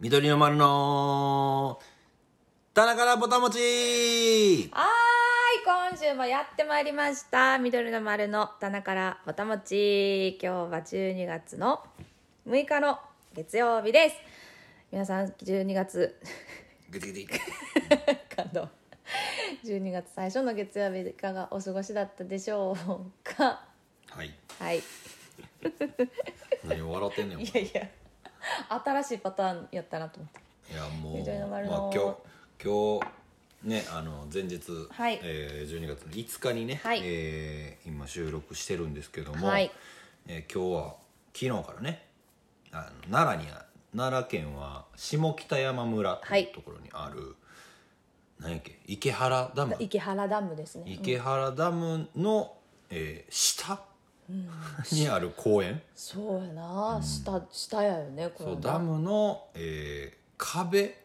緑の丸の田中らぼたもちはーい今週もやってまいりました緑の丸の棚からぼたもち今日は12月の6日の月曜日です皆さん12月 ぐちぐち感動12月最初の月曜日いかがお過ごしだったでしょうかはいはい何を笑ってんねんおい前やいや新しいパターンやったなと思っていやもう、緑のまあ、丸の今日今日ねあの前日、はいえー12月の5日にね、はいえー今収録してるんですけども、はいえー今日は昨日からねあの奈良にあ奈良県は下北山村ってはいういところにある、何やっけ池原ダム池原ダムですね池原ダムの、えー下、にある公園そうやな下下やよねこれそうなダムの、えー壁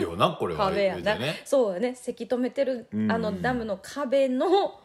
よなこれは壁や言な、うてねそうやねせき止めてるうんあのダムの壁の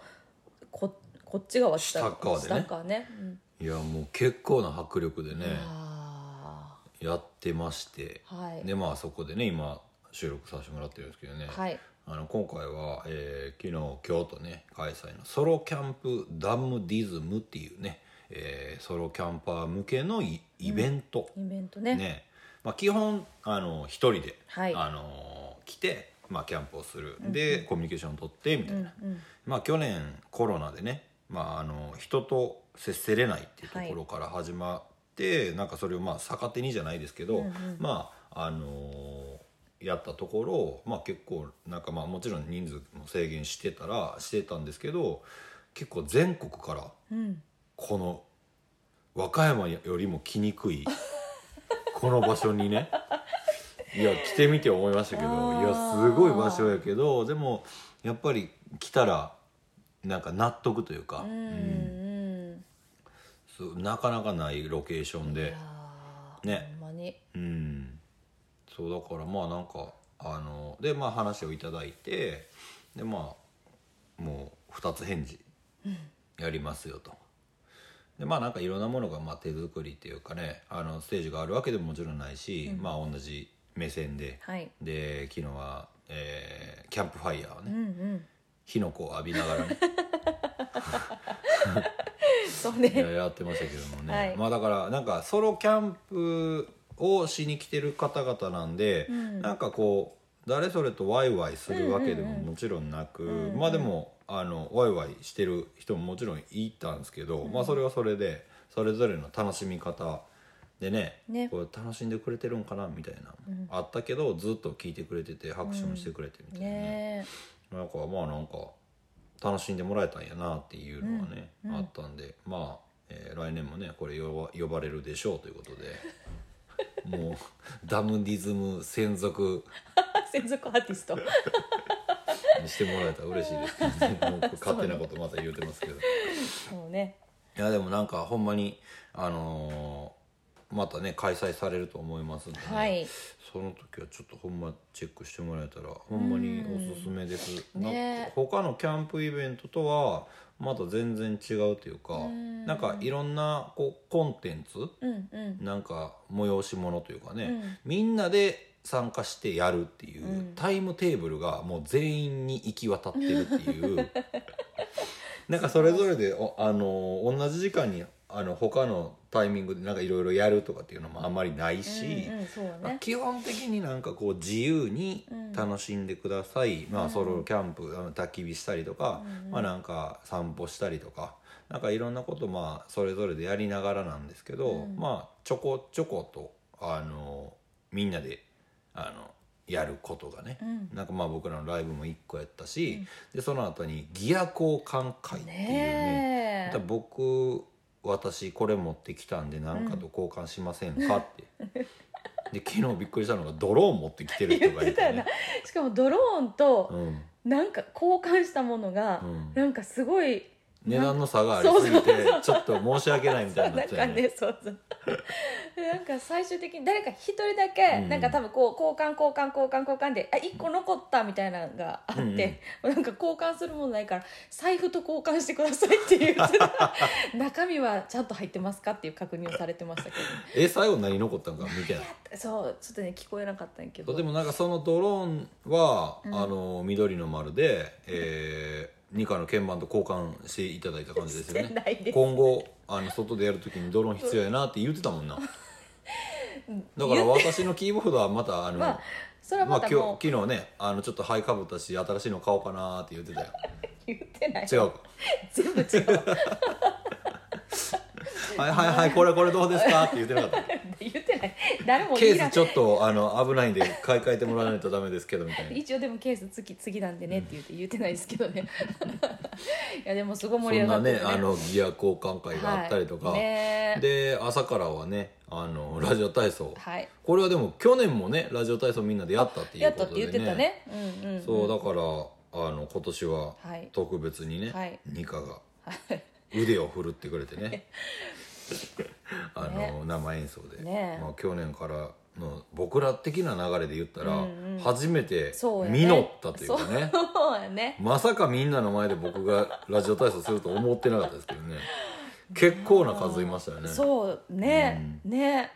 ここっち側下下側でね下側ね、うんいやもう結構な迫力でねあやってまして、ーはい、でまあそこでね今収録させてもらってるんですけどね、はいあの今回は、えー昨日今日とね開催のソロキャンプダムディズムっていうね、えーソロキャンパー向けのイイベント、イベントねねまあ、基本あの一人で、はいあの来て、まあ、キャンプをするで、コミュニケーションを取ってみたいな、うんうんまあ、去年コロナでね、まあ、あの人と接せれないっていうところから始まって、なんかそれをまあ逆手にじゃないですけど、うんうんまああのやったところ、まあ、結構なんかまあもちろん人数も制限してたらしてたんですけど結構全国からうんこの和歌山よりも来にくい この場所にねいや来てみて思いましたけどあいーやすごい場所やけどでもやっぱり来たらなんか納得というか、うんうんうんそうなかなかないロケーションいでや、ーねほんまにうん、そうだからまあなんかあのでまあ話をいただいてでまあもう2つ返事やりますよと。でまあなんかいろんなものがまあ手作りっていうかねあのステージがあるわけでももちろんないし、まあ同じ目線で、はいで昨日は、えーキャンプファイヤーをうんね、うん火の粉を浴びながらねそういやねやってましたけどもね、はいまあだからなんかソロキャンプをしに来てる方々なんで、うんなんかこう誰それとワイワイするわけでもうんうんうんもちろんなく、んうんまあでもあのワイワイしてる人ももちろんいたんですけど、まあそれはそれでそれぞれの楽しみ方でねねこれ楽しんでくれてるんかなみたいな、うんあったけどずっと聞いてくれてて拍手もしてくれてみたいなね。ねなんかまあなんか楽しんでもらえたんやなっていうのはね、うんうんあったんでまあ、えー来年もねこれ呼ば呼ばれるでしょうということで もうダムディズム専属 専属アーティストにしてもらえたら嬉しいですけど、ね、僕勝手なことまた言うてます けど、そうねいやでもなんかほんまにあのーまたね開催されると思いますんで、ねはいその時はちょっとほんまチェックしてもらえたらほんまにおすすめです、うんねなんか他のキャンプイベントとはまた全然違うというか、うんなんかいろんなこうコンテンツうんうんなんか催し物というかね、うんみんなで参加してやるっていう、うんタイムテーブルがもう全員に行き渡ってるっていう なんかそれぞれでおあの同じ時間にあの他のタイミングでなんかいろいろやるとかっていうのもあんまりないし。うんうん、そうまあね基本的になんかこう自由に楽しんでください、まあソロキャンプあの焚き火したりとか、まあなんか散歩したりとかなんかいろんなことまあそれぞれでやりながらなんですけど、うんまあちょこちょことあのみんなであのやることがね、うんなんかまあ僕らのライブも1個やったし、でその後にギア交換会っていうねねまた僕私これ持ってきたんで何かと交換しませんかって、で昨日びっくりしたのがドローン持ってきてる人がいて、 ね、しかもドローンとうんなんか交換したものが、うんなんかすごい値段の差がありすぎてちょっと申し訳ないみそたいうにななっんちゃかうよねねそうそう なんか最終的に誰か一人だけ、うんなんか多分こう交換交換交換交換であ一個残ったみたいなのがあって、うんうんなんか交換するものないから財布と交換してくださいっていう 中身はちゃんと入ってますかっていう確認をされてましたけえ最後何残ったんかみたいなどそうちょっとね聞こえなかったんやけそどうでもなんかそのドローンは、あの緑の丸で、えー、2課の鍵盤と交換していただいた感じですよしてないねです今後あの外でやるときにドローン必要やなって言ってたも んなだから私のキーボードはまたあの、まあそれはままあたも今う、日昨日ねあのちょっと灰かぶったし新しいの買おうかなって言ってたよ 言ってない違うか 全部違う はいはいはいこれこれどうですかって言ってなかった言ってない誰 もケ言いーらスちょっとあの危ないんで買い替えてもらわないとダメですけどみたいな一応でもケース次次なんでねって言って言ってないですけどね いやでもすごいそ盛り上んがなってねてあのギア交換会があったりとか、はいねで朝からはねあの ラジオ体操、はいこれはでも去年もねラジオ体操みんなでやったっていやうっこたっとてでね言ってたねうんうんそうだからあの今年ははい特別にね、はいニカが腕を振るってくれて ねあの生演奏で、ねまあ、去年からの僕ら的な流れで言ったら、うんうん初めてそうやね実ったというかねそうやねまさかみんなの前で僕がラジオ体操すると思ってなかったですけどね結構な数いましたよねそうねね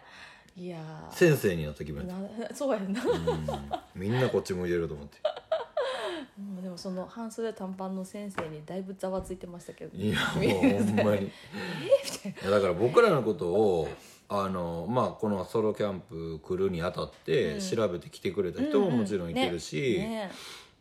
いやー先生になった気分やっなそうやなたうんみんなこっち向いてると思ってもうでもその半袖短パンの先生にだいぶざわついてましたけど いやもうほんまにいやだから僕らのことをあのまあこのソロキャンプ来るにあたって調べてきてくれた人ももちろんいてるし、ね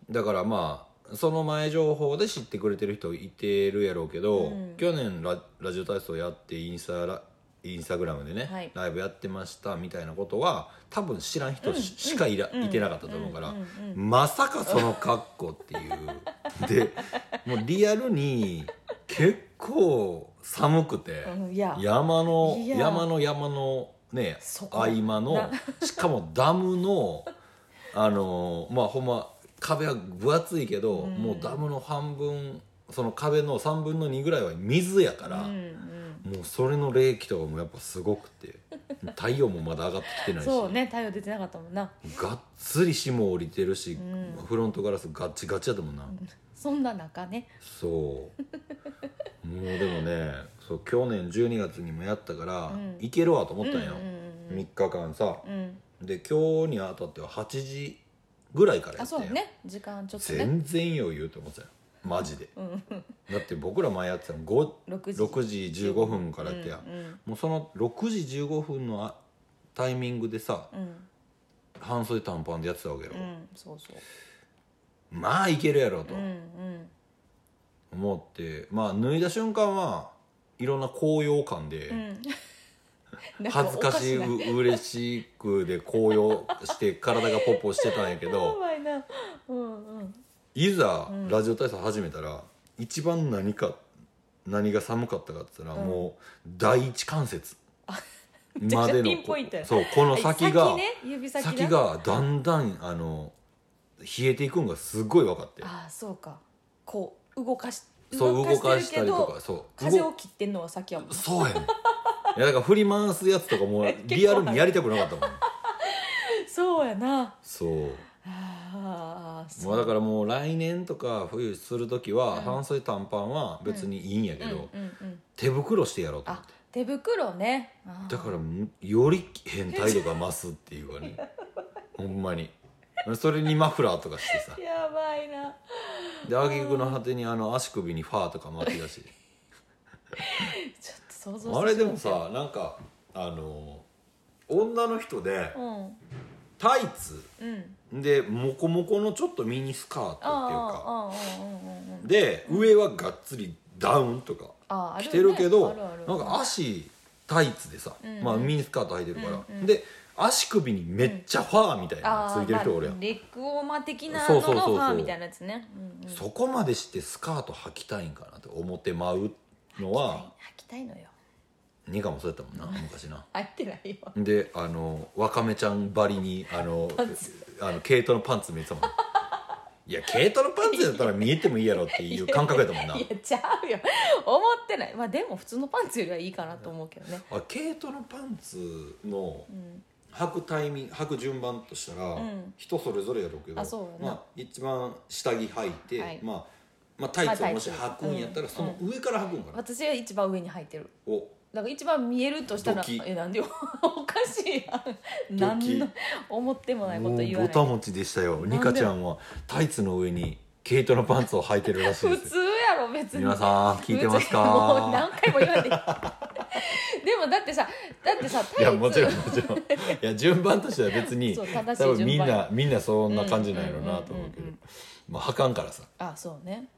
だからまあその前情報で知ってくれてる人いてるやろうけど、うん去年ララジオ体操やってインスタラインスタグラムでね、はいライブやってましたみたいなことは多分知らん人し,、かいら、いてなかったと思うから、まさかその格好っていうでもうリアルに結構寒く て、うんいや山のいや山の山のねそこ合間の しかもダムのあのまあほんま壁は分厚いけど、うんもうダムの半分その壁の3分の2ぐらいは水やかうら、んうんもうそれの冷気とかもやっぱすごくて 太陽もまだ上がってきてないし、そうね太陽出てなかったもんながっつり霜降りてるし、うフロントガラスガッチガチやったもんな、そんな中ねそうもうでもねそう去年12月にもやったから、うんいけるわと思ったんよ、うんうんうん3日間さうんで今日にあたっては8時ぐらいからやあってんそうよ、ね時間ちょっとね全然余裕って思ってたよマジでうんだって僕ら前やってたの5 6時6時15分からやってや、うんうんもうその6時15分のあタイミングでさうん半袖短パンでやってたわけよう、んそうそうまあいけるやろとうんうん思って、まあ脱いだ瞬間はいろんな高揚感で、うん恥ずかし なんおいう嬉しくで高揚して体がポッポしてたんやけかしなやどばいなうんうんいざラジオ体操始めたら一番何か何が寒かったかって言ったらうんもう第一関節めちゃまくちでゃピのンポイントやそうこの先がね指先だ先がだんだんあの冷えていくんがすごい分かってああそうかこう動かしそう動かししてたるりけとどかそう風動を切ってんのは先やもんそうやねんいやだから振り回すやつとか もうリアルにやりたくなかったもんそうやな そうああまあだらからもう来年とか冬する時はうん半袖短パンは別にいいんやけど、うんうんうん手袋してやろうと思っあて手袋ねあーだからより変態度が増すっていう かねほんまにそれにマフラーとかしてさやばいなで挙句の果てにあの足首にファーとか巻き出しちょっと想像あれでもしてしまっさなんかあの女の人でたうんタイツうんでモコモコのちょっとミニスカートっていうかあーあーうんうんうんうんで上はがっつりダウンとかあーあ着てるけどねあるあるなんか足タイツでさ、うんまあ、ミニスカート履いてるから、うんうんで足首にめっちゃファーみたいなのついてる人俺やまあ、レッグオーマー的なそのうそうそうのそうファンみたいなやつねうんうんそこまでしてスカート履きたいんかなって思ってまうのは履きたいのよニカもそうやったもんな昔な履いてないよであのわかめちゃんばりにあのンツあの毛糸のパンツ見えてたもんいや毛糸のパンツだったら見えてもいいやろっていう感覚やった もんないやちゃうよ思ってないまあでも普通のパンツよりはいいかなと思うけどねあ毛糸のパンツのうん履くタイミング履く順番としたら、ん人それぞれやろうけどあそうやなまあ、一番下着履いて、はいまあ、まあタイツをもしま履あタイツくんやったら、うんその上から履くんかな、私は一番上に入ってるおだから一番見えるとしたドらキえなんでよ おかしいやん何の思ってもないこと言わボないタ持ちでしたよでリカちゃんはタイツの上に毛糸のパンツを履いてるらし いで普す通やろ別に皆さん聞いてますもう何か回も言われて でもだってさだってさいタイやツもちろんもちろんいや順番としては別にそ多う正しい順番分みんなみんなそんな感じなんやろうなと思うけうんうんうんどうんまあ履かんからさあそうね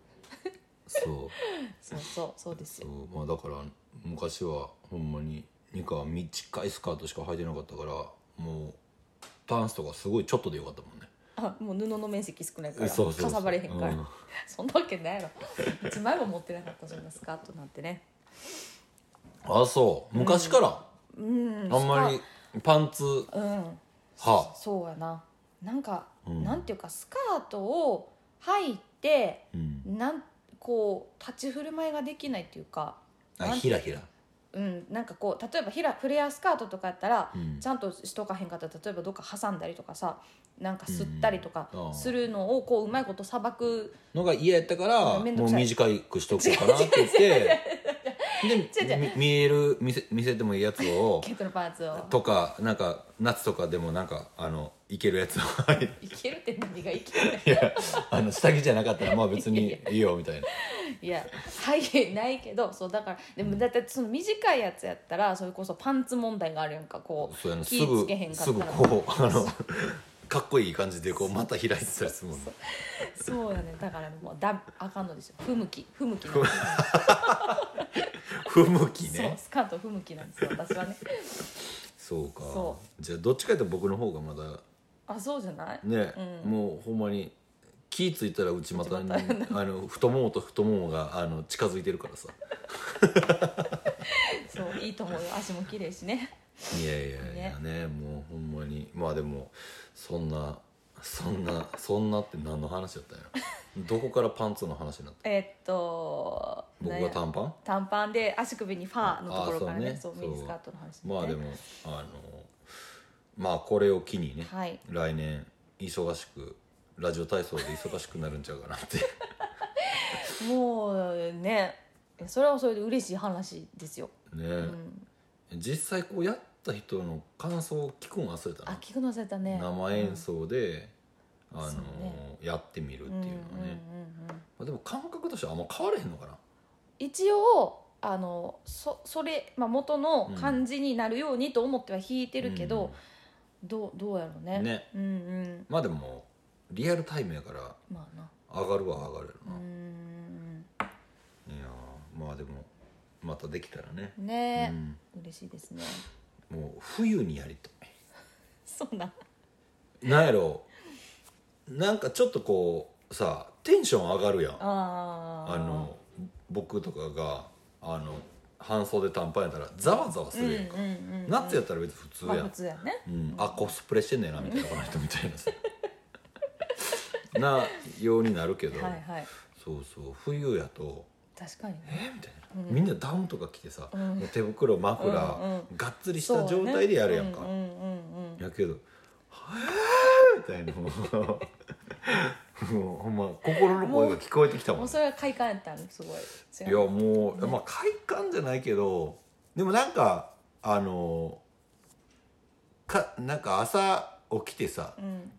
そうそうそうそうですそようまあだから昔はほんまにニカは短いスカートしか履いてなかったからもうパンツとかすごいちょっとでよかったもんねあもう布の面積少ないからそうそうそうかさばれへんから、うん そんなわけないやろ一枚も持ってなかったそんなスカートなんてねあそう昔からうんあんまりパンツりうんはそうやななんか、うんなんていうかスカートを履いてうんなんこう立ち振る舞いができないっていうかあなんひらひらうん、なんかこう例えばひらフレアスカートとかやったら、うんちゃんとしとかへんかったら例えばどっか挟んだりとかさなんか吸ったりとかうんあーするのをこううまいことさばくのが嫌やったからめんどもくうさい短くしとこうかなって言って 違う違うでみ見える見せ見せてもいいやつをケートのパーツをとかなんか夏とかでもなんかあのいけるやつを 履いていけるって何がいけるいやあの下着じゃなかったらまあ別にいいよみたいないやはいないけどそうだからでもだってその短いやつやったらそれこそパンツ問題があるやんかこうそうやなす気ぃぐつけへんかすっぐたらこうあ のかっこいい感じでこうまた開いてたりするもんねそうやねだからもうだあかんのです よ不向き不向きなんですよ不向きそうねスカート不向きなんですよ私はねそうかそじゃあどっちかというと僕の方がまだあそうじゃないね、うんもうほんまに気ぃ付いたら内股に内あの太ももと太ももがあの近づいてるからさそういいと思うよ足も綺麗しねいやいやいやねもうほんまにまあでもそんなそんなそんなって何の話だったんや ろどこからパンツの話になったえーっと僕なんがや短パン短パンで足首にファーのところからねあーそそううねミニスカートの話、ね、まあでもあのまあこれを機にね、はい来年忙しくラジオ体操で忙しくなるんちゃうかなって もうねそれはそれで嬉しい話ですよ、ね、うん、実際こうやった人の感想を聞くの忘れたあな聞くのせたね生演奏で、あのそうねやってみるっていううんのはね、うんうんうんうんまあ、でも感覚としてはあんま変わらへんのかな一応あのそそれ、まあ、元の感じになるようにと思っては弾いてるけど、どうどうやろうねねうんうんまあでもリアルタイムやからまあな上がるは上がるような、んいやーまあでもまたできたらね、ねう、嬉しいですねん、もう冬にやりたい そうなんなんやろなんかちょっとこうさテンション上がるやんああーの僕とかがあの半袖短パンやったらざわざわするやんか、うんうんうんうん夏やったら別に普通やん、まあ普通やねうん、あコスプレしてんねんなみたいなこの人みたいなさなようになるけど、はいはいそうそう冬やと確かにえねーみたいな、みんなダウンとか着てさ、うん手袋マフラー、うんうんがっつりしそうたね状態でやるやんか、うんうんうんやけど「はぁーみたいなもうもうほんま心の声が聞こえてきたうんももんうそれは快感やったねすごいいやもう、まあ快感じゃないけどでもなんかあのかなんか朝起きてさうん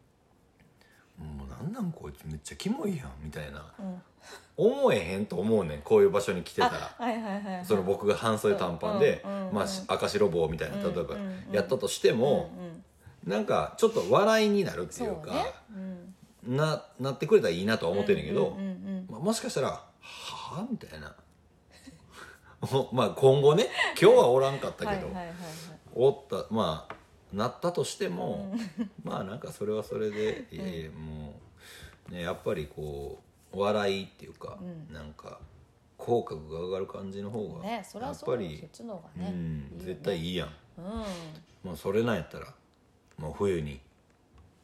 「もうなんなんこいつめっちゃキモいやん」みたいなうん思えへんと思うねんこういう場所に来てたら。はいはいはいその僕が半袖短パンで、うんうんうんまあ、し赤白棒みたいな例えうんばうんやったとしても、うんうんなんかちょっと笑いになるってそいううかねうんななってくれたらいいなとは思ってんねんけど、うんうんまあ、もしかしたら「はあ?」みたいな まあ今後ね今日はおらんかっうんたはけいはど、いはいはいおったまあなったとしても、まあなんかそれはそれで、えーもう、ね、やっぱりこう笑いっていうか、うんなんか口角が上がる感じの方が、ねそれやはっそぱうそりっ、ちの方うがんねいいよね絶対いいやんうんもうそれなんやったら もう冬に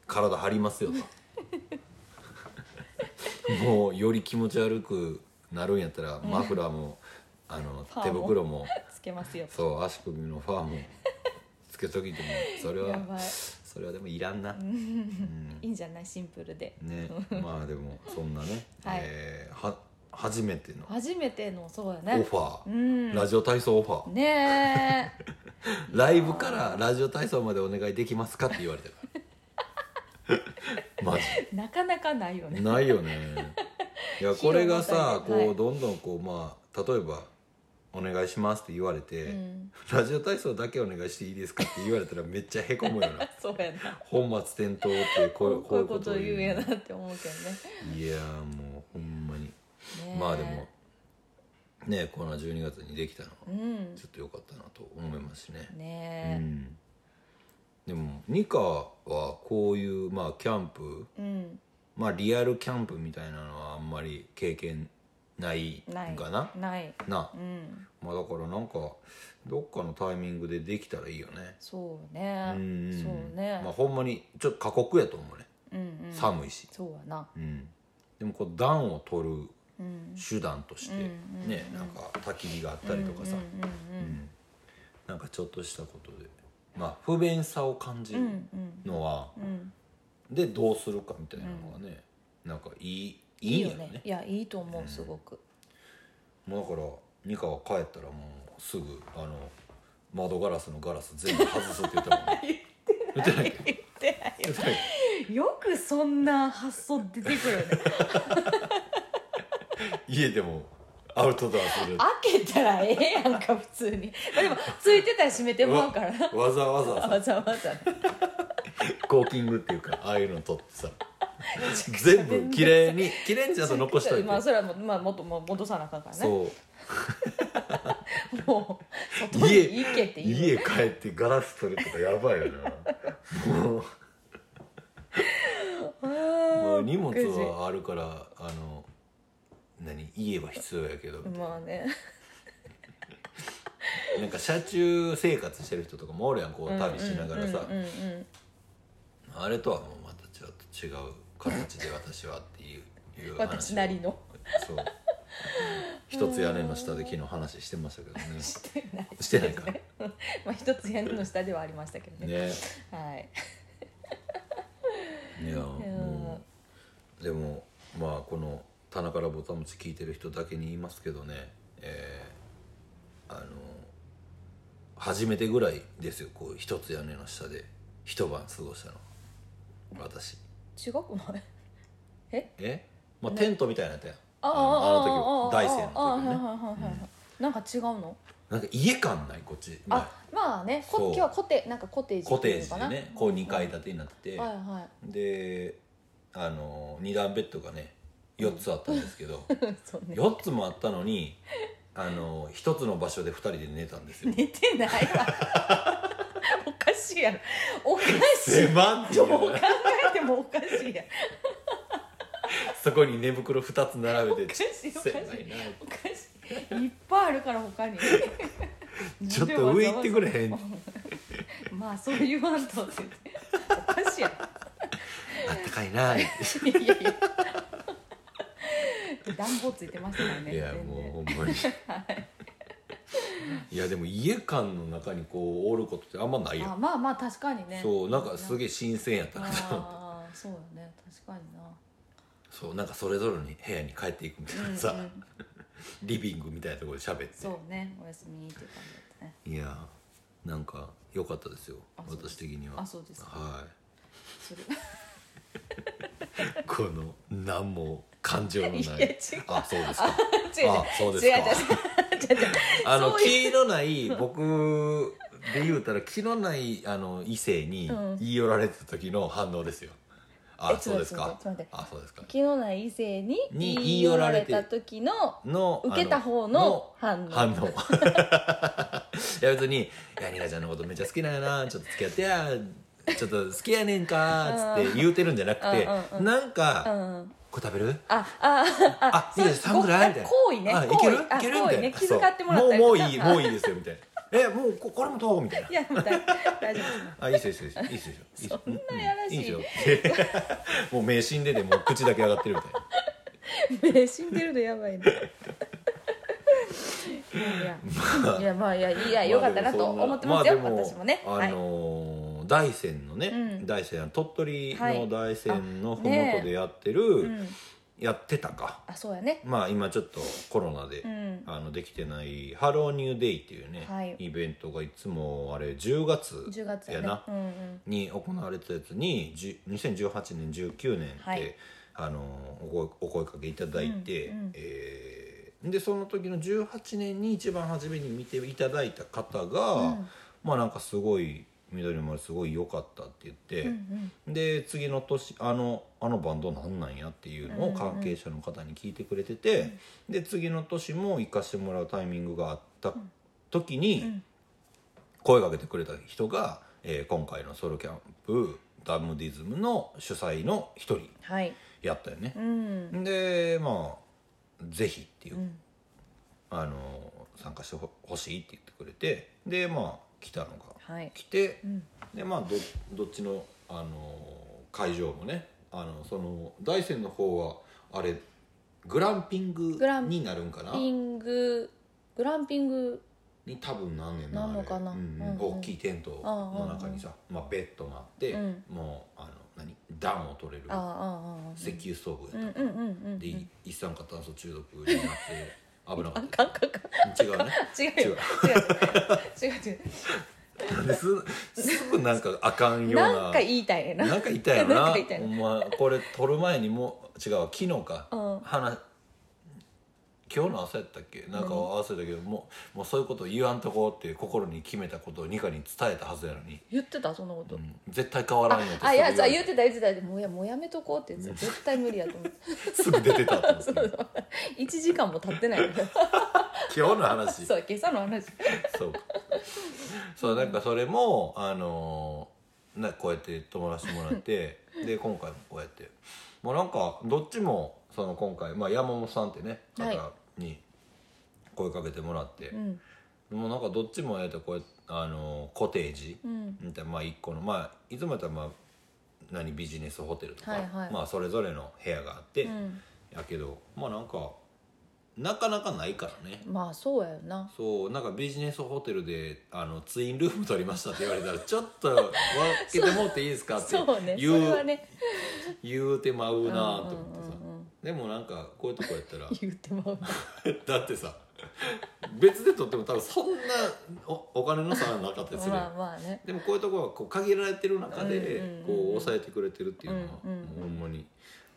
体張りますよともうより気持ち悪くなるんやったらマフラーも、あのファーも手袋もつけますよそう足首のファーもつけときてもそれやはばいそれはでもいらんな、いいんじゃないシンプルでねまあでもそんなね、はいえーは初めての初めてのそうやオねファー、うんラジオ体操オファー、ねえ ライブからラジオ体操までお願いできますかって言われたから マジなかなかないよねないよねい やこれがさ披露の際でこはういどんどんこうまあ例えば「お願いします」って言われて、うんラジオ体操だけお願いしていいですか?」って言われたらめっちゃへこむよなそうやな本末転倒っていうここうう こういうことを言うんやなねって思うけどいやーもうほんまに、ねねえまあでもねこの12月にできたのはうんちょっと良かったなと思いますしね、うねんでもニカはこういうまあキャンプえうんまあリアルキャンプみたいなのはあんまり経験ないんないかなないなうんまあだからなんかどっかのタイミングでできたらいいよねそううねんそうねまあほんまにちょっと過酷やと思うねうんうん寒いし、そうやなうん、でもこう暖を取るうん手段としてうんねなんか焚き火があったりとかさうんううんんなんかちょっとしたことでまあ不便さを感じうんうるんうんのはうんでどうするかみたいなのがねなんかいいいいんやよろねいやいいと思うすごくもうだからニカは帰ったらもうすぐあの窓ガラスのガラス全部外すって言ったもんね言ってないっけ 言ってない言ってないっよくそんな発想出てくるよねけ家でもアウトドアする 開けたらええやんか普通にまあでもついてたら閉めてもらう からなわざわざわさざわざコーキングっていうかああいうの取って さ全部きれいにきれいにちゃんと残しといまあてそれはもう、まあ、もっともう戻さなあかんからねそうもう外に行けってい家う帰ってガラス取るとかやばいよなもうあまあー荷物びっくりはあるからあの何家は必要やけどまあねなんか車中生活してる人とかもおるやんこう旅しながらさ、うんうんうんあれとはもうまたちょっと違う形で私はっていういう話を私なりのそう一つ屋根の下で昨日話してましたけどね してないしてないかね まあ一つ屋根の下ではありましたけどねねはいいやもうでもまあこの「棚からぼたもち」聞いてる人だけに言いますけどねえーあの初めてぐらいですよこう一つ屋根の下で一晩過ごしたの私違くないええまあ、テントみたいなやったやんあああの時あああは大山ああの時はいはいはねはいはいなんか違うのなんか家感ないこっち、まあまあねこそう今日はコテなんかコテーあジコってテいーうジのかでなねこう2階建てになってて、はいはであの2段ベッドがね4つあったんですけど、い そうね4つもあったの にあの1つの場所で2人で寝たんですよ寝てないわ おかしいやろおかしい狭っていどうう考ねえてもおかしいやんそこに寝袋2つ並べておかしいおかしい狭いなおかしいいっぱいあるから他に ちょっと上行ってくれへんあまあそう言わんとって言っておかしいや ったかいなってんいやいやいや暖房ついてますからねいや全然もうほんまにいやでも家間の中にこうおることってあんまないあよまあまあ確かにねそうなんかすげえ新鮮やったなああそうよね確かになそうなんかそれぞれに部屋に帰っていくみたいな さ、うんうんリビングみたいなところで喋ってそうねお休みっていう感じだったねいやなんか良かったですよあそう私的にはあそうですかはする いこの何も感情のないいや違うあそうですか違うあそう違う違う違う違ですかう違うあのそうい気のない僕で言うたら気のないあの異性にうん言い寄られた時の反応ですよ、えあちそょうっとですかちょっと待ってあそうですか気のない異性にに言い寄られた時のの受けた方あの反応反応 いや別に「いやニカちゃんのことめっちゃ好きなんやなちょっと付き合ってやちょっと好きやねんか」っつって言うてるんじゃなくてうんうんうなんうかん「これ食べる?」あああ、いいです、寒くないみたいな。行為ねあい行為けるあいける行為みねたいな。気遣ってもらったそりうもう、ともかういい、もういいですよ、みたいな。え、ももう、ここれもどうみたいな。いやもう大大丈夫あ、いいですよ、いいですよ、いいですよ。いいですよ そんなやらしいうんうんいいですよ。もう名シーンでで、もう口だけ上がってるみたいな。目死んでるのやばいねいやいやいやまあいやいやよかったなと思ってますよ、あでも私もね、あのー大山のね、うん大山鳥取はいの大山のあねえ麓でやってる、はい、うん、やってたかあそうやねまあ今ちょっとコロナで、うんあのできてないハローニューデイっていうね、はいイベントがいつもあれ10月10月ややねなうんうんに行われてたやつにじゅ2018年19年って、はいあのお声お声かけいただいて、うんうんえーでその時の18年に一番初めに見ていただいた方が、うんまあなんかすごい緑の丸すごい良かったって言って。うんで次の年あのあのバンドなんなんやっていうのを関係者の方に聞いてくれてて、で次の年も行かしてもらうタイミングがあった時うにん声かけてくれた人が、えー今回のソロキャンプダムディズムの主催の一人はいやったよねう。んでまあぜひっていう、んあの参加してほほしいって言ってくれてでまあ来たのがはい来て、んでまあどどっちの、あのー会場もねあのその大山の方はあれグランピンググランになるんかなピンググランピングに多分なんねんななんのかなあれうんうんうん大きいテントの中にさ、まあ、ベッドがあって、うんもうあの何暖を取れるあああああ石油ストーブやった、あうんうんうんうんで一酸化炭素中毒になって危 なかったカンカンカン違うね違うよ違う違う違うです すぐなんかあかんようななんか言いたいねんななんか痛いよななんか痛いお前これ撮る前にもう違うわ昨日か、うん話今日の朝やったっけなんか合わせたけど、もうもうそういうこと言わんとこうって心に決めたことをニカに伝えたはずやのに、言ってたそんなこと、うん絶対変わらんよってあいやすぐさわれ言ってた言ってたもうやもうやめとこうって言ってた絶対無理やと思ってすぐ出てたって 思って1時間も経って ないよね今日の話そう今朝の話そうかそうなんかそれもあのーなこうやって泊まらせてもらってで今回もこうやってもうなんかどっちもその今回、まあ、山本さんってねはい方に声かけてもらってう、んもうなんかどっちもやったこうやってあのーコテージうんみたいなまあ一個のまあいつもやったらまあ何ビジネスホテルとか、はいはいまあそれぞれの部屋があって、うんやけどまあなんかなかなかないからねまあそうやよなそうなんかビジネスホテルであのツインルーム取りましたって言われたらちょっと分けてもうていいですかって そうね言,、そうれはね言うてまうなと思ってさ、うんうんうんうんでもなんかこういうとこやった言ってまうら だってさ別で取っても多分そんなおお金の差はなかったりするやんまあまあねでもこういうところはこう限られてる中でうんうんうんこう抑えてくれてるっていうのはうんうんうんもうほんまに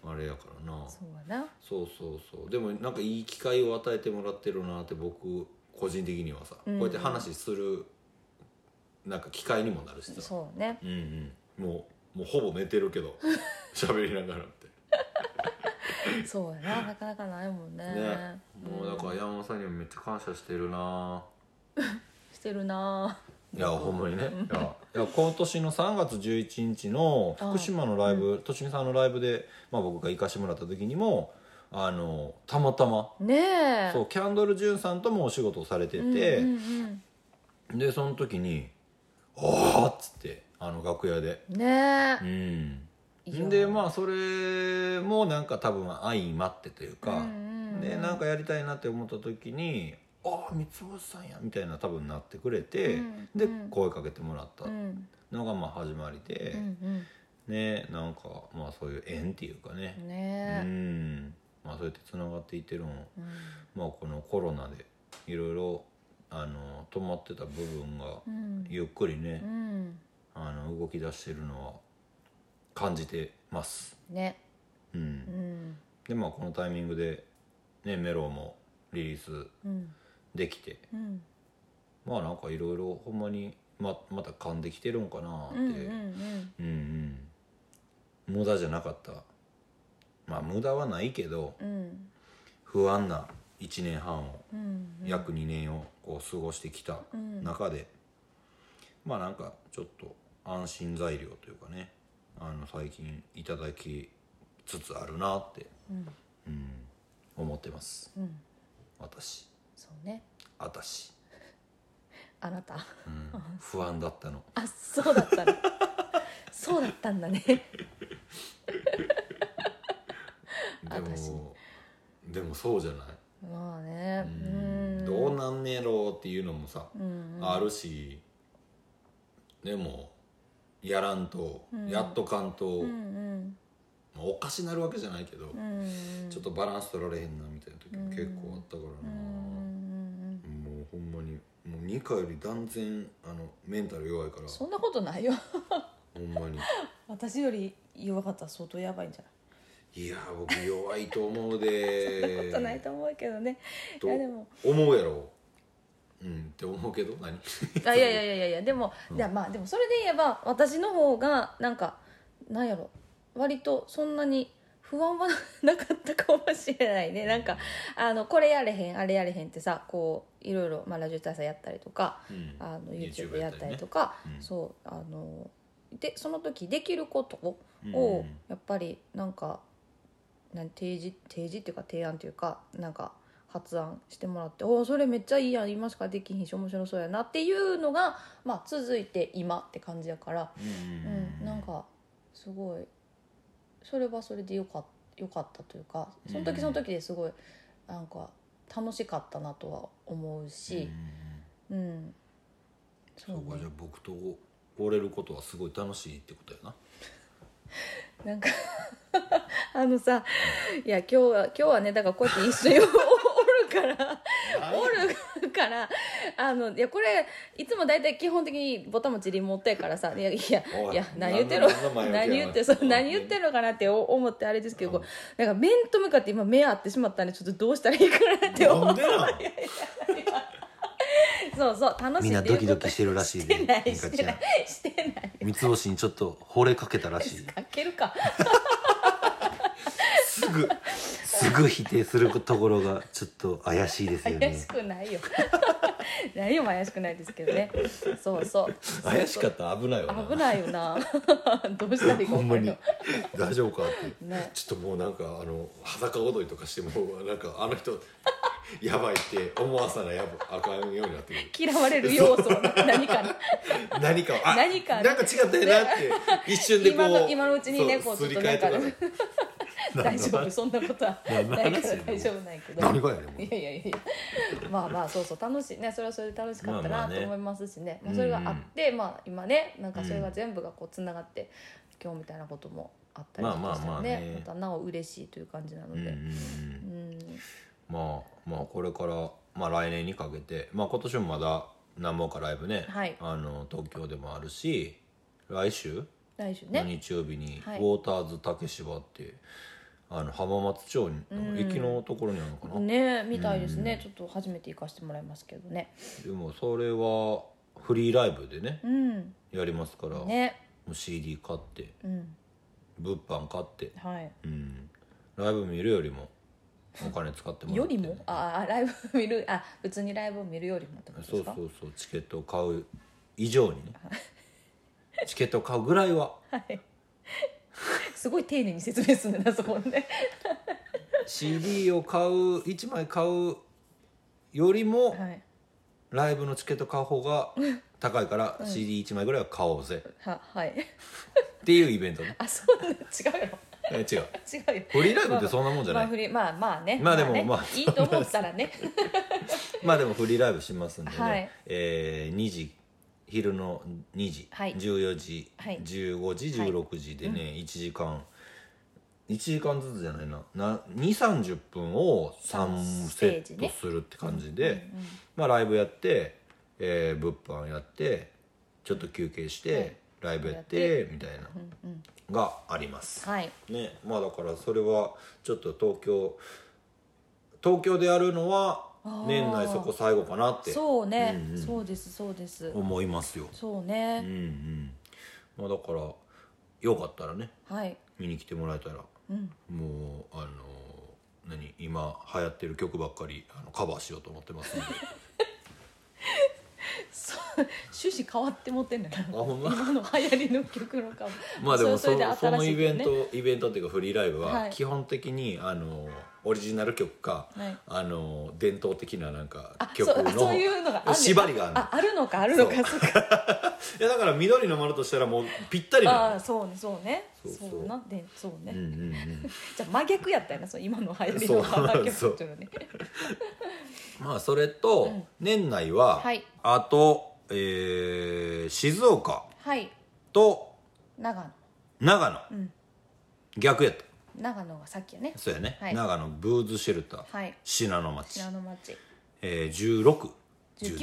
あれやからな、そうやなそうそうそうでもなんかいい機会を与えてもらってるなって僕個人的にはさ、うんこうやって話するなんか機会にもなるしさそうねう、んうん、もうもうほぼ寝てるけ ど喋りながらってそうやななかなかないもんねねもうだんから山本さんにもめっちゃ感謝してるなしてるないやほんまにねいやいや今年の3月11日の福島のライブとしみさんのライブで、まあ、僕が行かしてもらった時にもあのたまたまねえそうキャンドル・ジュンさんともお仕事をされてて、うんうんでその時に「ああ!」っつってあの楽屋でうん、ねうえんいいよでまあそれもなんか多分相まってというか、うんうんでなんかやりたいなって思った時に「ああ三つ星さんや」みたいな多分なってくれて、うんでうん声かけてもらったうんのがまあ始まりでう、んねなんかまあそういう縁っていうかうね、んうねんまあそうやってつながっていってるのもえ、うんまあこのコロナでいろいろあの止まってた部分がうんゆっくりね、うんあの動き出してるのは感じてます、ねう、うんんでまあこのタイミングで、ね、メロもリリースうんできてうんまあなんかいろいろほんまにままた噛んできてるんかなって、うんうんうんうん無駄じゃなかったまあ無駄はないけどうんうん不安な1年半をうんうん約2年をこう過ごしてきたうん中で、まあなんかちょっと安心材料というかねあの最近いただきつつあるなって、うんうん、思ってますうん私そうね私、あなた うん、不安だったのあそうだったのそうだったんだねで私もでもそうじゃないまあねううんんどうなんねやろうっていうのもさ、うんあるしでもやらんと、うんやっとかんと、うんまあ、おかしなるわけじゃないけど、うんうんちょっとバランス取られへんなみたいな時も結構あったからな、うんもうほんまにもうニカより断然あのメンタル弱いからそんなことないよほんまに私より弱かったら相当やばいんじゃないいやー僕弱いと思うでことないと思うけどねいとやでも思うやろうんって思うけど 何あいやいやいやいやいやでも、いやまあでもそれで言えば私の方がなんかなんやろ割とそんなに不安はなかったかもしれないねなんかあのこれやれへんあれやれへんってさこういろいろ、まあ、ラジオ体操やったりとかうんあの YouTube YouTube やったりとか、やったりねうんそうあのでその時できることをうんうんをやっぱりなんかなん提示提示っていうか提案というかなんか発案してもらって「おおそれめっちゃいいやん今しかできひんし面白そうやな」っていうのが、まあ、続いて今って感じやから、うんうんなんかすごいそれはそれでよかっよかったというかその時その時ですごいなんか楽しかったなとは思ううんうしん、うんうそんうそうねかじゃあ僕と折れることはすごい楽しいってことやななんかあのさいや今日は今日はねだからこうやって一 緒におおるからおるからあのいやこれいつも大体基本的にボタン持ちリモートやからさいやいやおいいや何言ってる何の前置きや何言ってそう何言ってるのかなって思ってあれですけどこうなんか面と向かって今目合ってしまったんでちょっとどうしたらいいかなって思うなんでなんそうそう楽しみいんなドキドキしてるらしいしてないねしてないしてない三つ星にちょっと惚れかけたらしいかけるかすぐすぐ否定するところがちょっと怪しいですよ怪ねしくないよ 何も怪しくないですけどねそうそう怪しかったら危ないわ危ないよな どうしたらいいかほ分んまかんな にい大丈夫かって、ねちょっともうなんかあの裸踊りとかしてもうなんかあの人 やばいって思わさなやばあかんようになってくる嫌われる要素な 何かに何かをあ何かなんか違ったよなって一瞬でこう今の今のうちにねそこうすちりょっと替えとかない大丈夫そんなことはない何のから話大丈夫ないけど何がやねんもういやいやいやまあまあそうそう楽しいねそれはそれで楽しかったまあまあなねと思いますしね、まあそれがあって、まあ今ねなんかそれが全部がこうつながって、今日みたいなこともあったりとかまあまあしてね,、まあねまたなお嬉しいという感じなのうんうんで、うんうんまあまあこれから、まあ、来年にかけて、まあ、今年もまだ何本かライブね、はいあの東京でもあるし来週来週のね日曜日に、はいウォーターズ竹芝ってあの浜松町の駅のところにあるのかな、ねみたいですね、ちょっと初めて行かせてもらいますけどねでもそれはフリーライブでねうんやりますから、ねもう CD 買ってうん物販買って、はいうん、ライブ見るよりもお金使ってもらよってりもああライブ見る あ普通にライブを見るよりもってことでそすうかそうそうチケットを買う以上に ねチケットを買うぐらいはすごい丁寧に説明するんだなそこ ね CD を買う1枚買うよりもはいライブのチケット買う方が高いから CD1 枚ぐらいは買おうぜははい っていうイベントねあそうなの違うよえ違う違うよフリーライブってそんなもんじゃないまあまあフリーまあまあねまあでもねまあいいと思ったらね まあでもフリーライブしますんでね、はいえー2時昼の2時、はい14時、はい15時16時でね、1時間1時間ずつじゃないなな2三3 0分を3スセテージッねトするって感じで、まあ、ライブやって、えー物販やってちょっと休憩して、はいライブやってみたいな、があります。 はいねまあだからそれはちょっと東京東京でやるのはあー年内そこ最後かなってそうね、うんうんそうですそうです思いますよそうんううね、んまあだからよかったらねはい見に来てもらえたらうんもうあの何今流 行ってる曲ばっかりあのカバーしようと思ってますんでそ 趣旨変わって持ってんだからあほんま今の流行りの曲のかもまあでもそれでのその新しいイベンねトイベントっていうかフリーライブははい基本的にあのオリジナル曲かはいあの伝統的ななんかあ曲そうあそういうのがあんねの縛りがあるのああるのかあるのかそうそうかいやだから緑の丸としたらもうぴったりあなあそうねそうねそそううそうなでそうね、のうんうんうんじゃあ真逆やったよなその今の流行りの曲そうっていうのねまあそれとん年内は、はいあと、えー静岡はいと長野長野、うん逆やった長野がさっきやねそうやね、はい長野ブーズシェルター、はい信濃町信、濃町えー、161718 19 19 19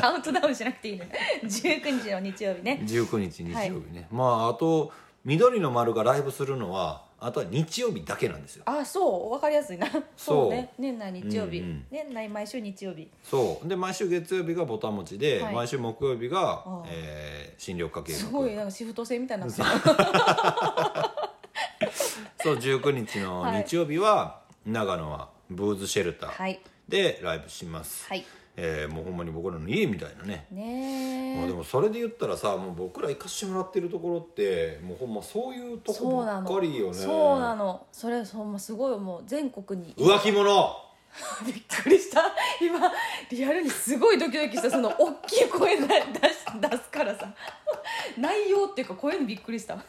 カウン トダウンしなくていいね19日の日曜日ね19日日曜日ね、まああと緑の丸がライブするのはあとは日曜日だけなんですよあそう分かりやすいなそうね年内日曜日、うんうん年内毎週日曜日そうで毎週月曜日がボタン持ちで、はい毎週木曜日がああ、えー、新緑化計画すごいなんかシフト制みたいになってるそう19日の はい日曜日は長野はブーズシェルタはーいでライブします、はいえーもうほんまに僕らの家みたいなね、ねえまあ、でもそれで言ったらさもう僕ら行かしてもらってるところってもうほんまそういうとそこうなばのっかりよねそうなのそれほんますごいもう全国に浮気者びっくりした今リアルにすごいドキドキしたその大きい声な出し出すからさ内容っていうか声にびっくりした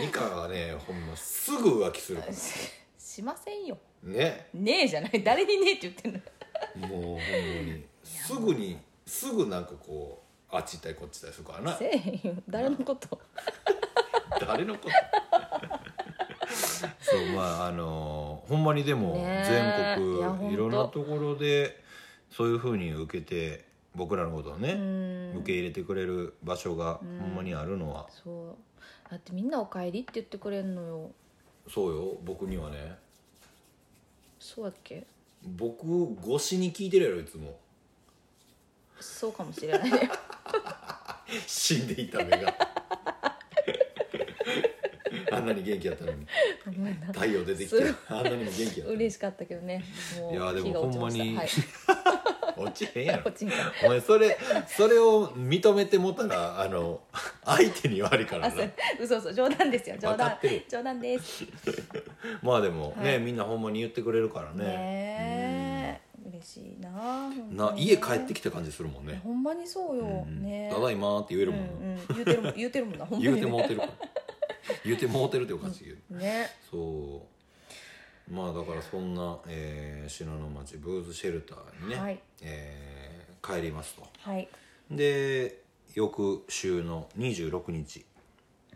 ミカがねほんますぐ浮気するからしませんよねねえじゃない誰にねえって言ってんのもうほんまにすぐにすぐなんかこうあっち行ったりこっち行ったりするからなせえへんよ誰のこと誰のこと そうまああのーほんまにでもねえ全いや国ほんといろんなところでそういうふうに受けて僕らのことをうねん受け入れてくれる場所がほうんんまにあるのはそうだってみんな「おかえり」って言ってくれんのよそうよ僕にはねそうだっけ僕越しに聞いてるやろいつ もそうかもしれないね死んでいた目が あんなに元気やったのにごめんな太陽出てきてすあんなにも元気やったのに嬉しかったけどねもういやでもほんまに火が落ちまし 落ちへんやたはい、ろ落ちんかお前それそれを認めてもたらあの相手に悪いからあなそう嘘嘘冗談ですよ冗わか談ってる冗談ですまあでもね、はいみんなほんまに言ってくれるからねねえ嬉しいな本当うにんな家帰ってきた感じするもんねほんまにそうよ、うんねえただいま」って言えるもんな、うんうん、言うてるもん言うて るもんなほんま言にうてもうねてるから 言うてもうてるっておかしいけど、ねそうまあだからそんな、えー、信濃町ブーズシェルターにね、はいえー帰りますとはいで翌週の26日、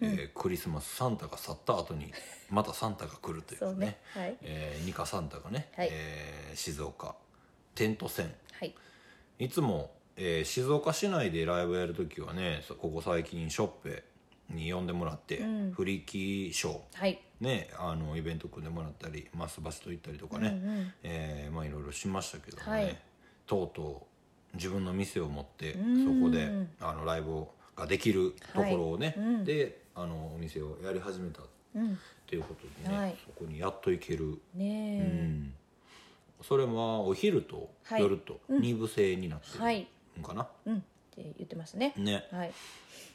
えークリスマスサンタが去った後にまたサンタが来るといそううねねはいえー、ニカサンタがね、はいえー静岡テント戦はいいつも、えー静岡市内でライブやる時はねそここ最近ショッペに呼んでもらって、うんフリキショーはいね、あのイベント組んでもらったりマスバスと行ったりとかね、うんうんえーまあいろいろしましたけどもね、はいとうとう自分の店を持ってそうんこであのライブをができるところをね、はいうんであのお店をやり始めたっうんていうことでね、はいそこにやっと行ける、うねえ、んそれはお昼とはい夜と2部制になってはるいのかな、うんって言ってましたねねはい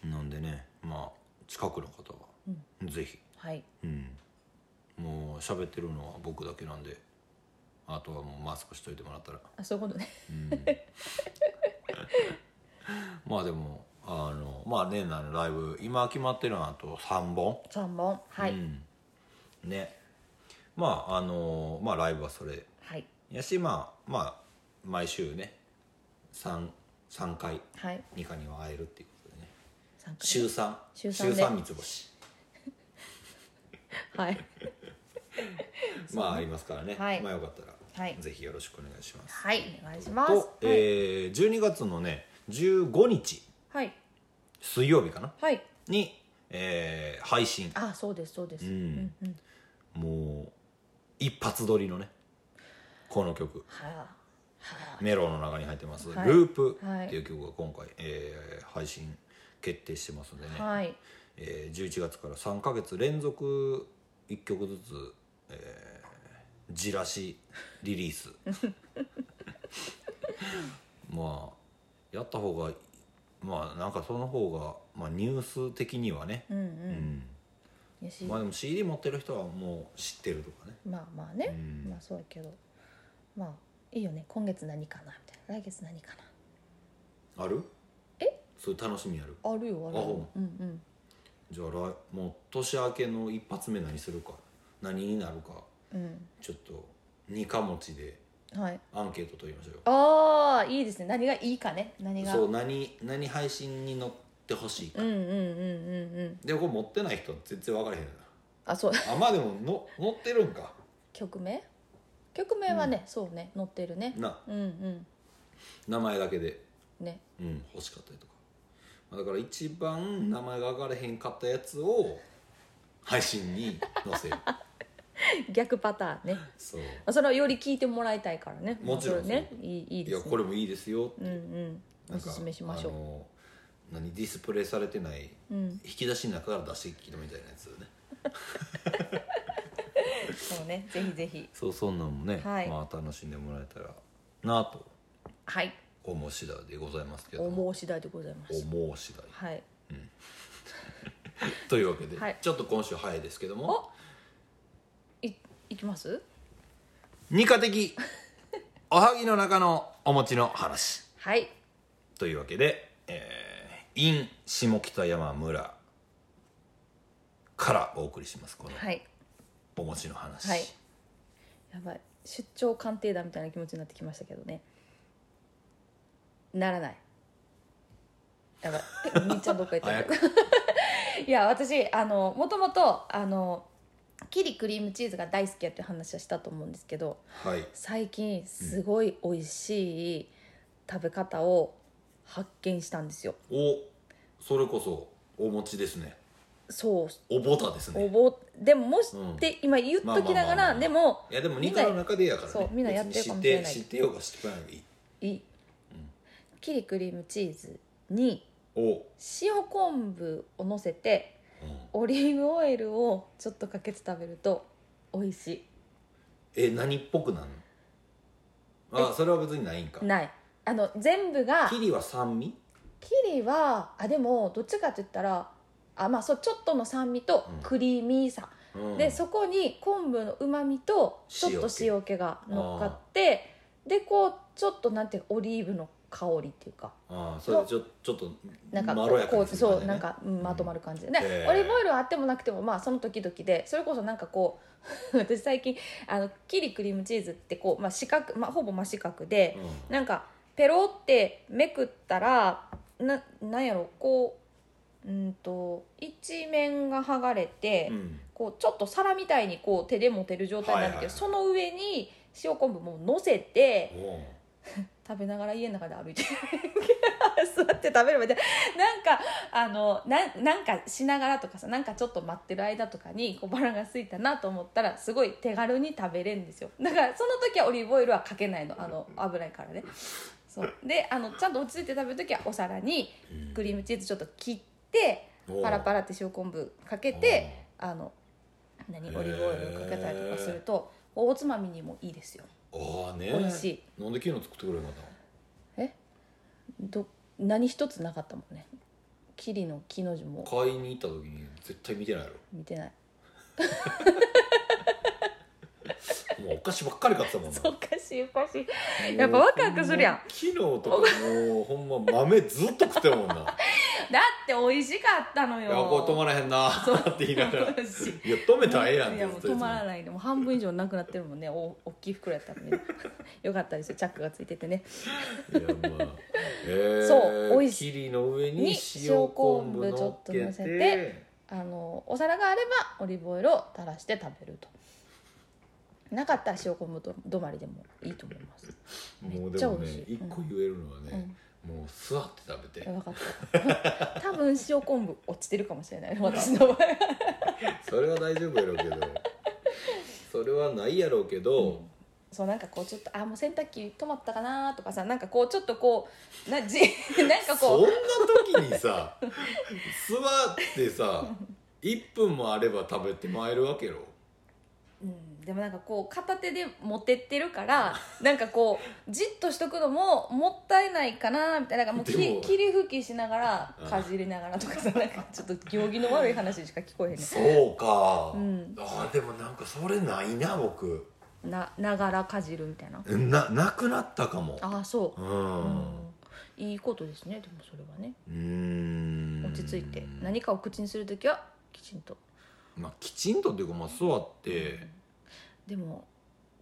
なんでねまあ近くの方はぜひ。はいうん、もう喋ってるのは僕だけなんであとはもうマスクしといてもらったら、あそういうことねうん、まあでもあのまあ年内のライブ今決まってるのはあと3本3本はい、うん、ねまああのまあライブはそれはいやしまあまあ毎週ね 3, 3回はいニカには会えるっていうことでね参加週3週週三で3三つ星はいまあありますからね、はいまあよかったら、はいぜひよろしくお願いします。はいお願いしますと、えー12月のね15日はい水曜日かなはいに、えー配信あそうですそうです、うんうんもう一発撮りのねこの曲はあは「メロ」の中に入ってます「はいループ」はいっていう曲が今回、えー配信決定してますんでね、あはいえー11月から3か月連続1曲ずつ、えー、じらしリリース まあやった方がまあなんかその方が、まあ、ニュース的にはね、うんううんんよしまあでも CD 持ってる人はもう知ってるとかねまあまあね、うんまあそうやけどまあいいよね今月何かなみたいな来月何かあるえそういう楽しみあるなあるよあるあほんまようんうんじゃあ来もう年明けの一発目何するか何になるかうちょっと二か持ちでんはいアンケート取りましょうよああいいですね何がいいかね何がそうう何何配信に乗ってほしいか、んうんうんうんうんでこれ持ってない人全然分からへんよあそうなあまあでもの乗ってるんか曲名曲名はね、そうね載ってるねなうんうん名前だけで、ねうん、欲しかったりとかまあだから一番名前が上がれへんかったやつを配信に載せる逆パターンねそうそれをより聞いてもらいたいからねもちろんまあそれねいいいいいでやすねこれもいいですようんうんなおんかすすめしましょあうの何ディスプレイされてないうん、引き出しの中から出してきたみたいなやつねそうねぜひぜひそうそんなんもね、はいまあ楽しんでもらえたらなとはい思う次第でございますけど思う次第でございます思う次第はいというわけで、はいちょっと今週早いですけどもおいいきます二課的おはぎの中のお餅の話はいというわけで、えー、in 下北山村からお送りしますこのはいお餅の話、はいやばい出張鑑定団みたいな気持ちになってきましたけどねならないやばいえみーちゃんどっか行っ早たいや私あのもともとあのキリクリームチーズが大好きやっていう話はしたと思うんですけどはい最近すごい美味しい食べ方を発見したんですよおそれこそお餅ですねそうおぼたですおねぼでももしうんって今言っとまあきながまあまあらまあでもいやでも二課の中でやからねそうみんなやってるかもしれない別に知って知ってようが知ってないのがいいいいキリクリームチーズにお、塩昆布をのせてうんオリーブオイルをちょっとかけて食べると美味しえ何っぽくなるのあそれは別にないんかいないあの全部がキリは酸味キリはあでもどっちかって言ったらあまあそうちょっとの酸味とうんクリーミーさ、うんでそこに昆布のうまみとちょっと塩気が乗っかってでこうちょっとなんていうかオリーブの香りっていうかああそれでちょちょっとなんかまころやうかこにうするそ感じねうなんかうんまとまる感じでへでーオリーブオイルはあってもなくてもまあその時々でそれこそなんかこう 私最近あのキリクリームチーズってこうまあ四角まあほぼ真四角でうなんかペロってめくったらななんやろこううんと一面が剥がれてん、うんこうちょっと皿みたいにこう手で持てる状態になるけど、はいはいその上に塩昆布も乗せておう食べながら家の中で歩いて 座って食べればいいじゃんなんかあのななんかしながらとかさなんかちょっと待ってる間とかにこうバラが空いたなと思ったらすごい手軽に食べれるんですよだからその時はオリーブオイルはかけないのあの危ないからねそうであのちゃんと落ち着いて食べる時はお皿にうんクリームチーズちょっと切っておうパラパラって塩昆布かけてあの何オリーブオイルをかけたりとかするとおつまみにもいいですよああね美味しいなんで昨日作ってくれなかったのど何一つなかったもんねキリの木の字も買いに行った時に絶対見てないや見てないろもうお菓子ばっかり買ってたもんなおかしいおかしいやっぱワクワクするやんもう昨日とかもうほんま豆ずっと食ってたもん ないだって美味しかったのよやこれ止まらへんなーって言いながらいや止めたらええやんっいてやずもうっと言止ってまたらないでもう半分以上なくなってるもんねお大きい袋やったんで よかったですよチャックがついててねいやまあ、えー、そう美味しいキリの上にに塩昆布乗っけ塩昆布ちょっと乗てせてあのお皿があればオリーブオイルを垂らして食べるとなかったら塩昆布と止まりでもいいと思いますもうめっちでゃも美味しねい一個言えるのはね、もう座って食べて、分かった多分塩昆布落ちてるかもしれない私の場合それは大丈夫やろうけどそれはないやろうけど、そうなんかこうちょっとあもう洗濯機止まったかなとかさなんかこうちょっとこうな じなんかそんこな時にさ座ってさ1分もあれば食べてまえるわけよううん、でもなんかこう片手で持ってってるからなんかこうじっとしとくのももったいないかなみたいななんかもうきでも霧吹きしながらかじりながらとかさなんかちょっと行儀の悪い話しか聞こえへんねそうか、うんあでもなんかそれないな僕なながらかじるみたいなななくなったかもああそうう、うんいいことですねでもそれはねうん落ち着いて何かを口にする時はきちんとまあきちんとっていうかまあ座ってでも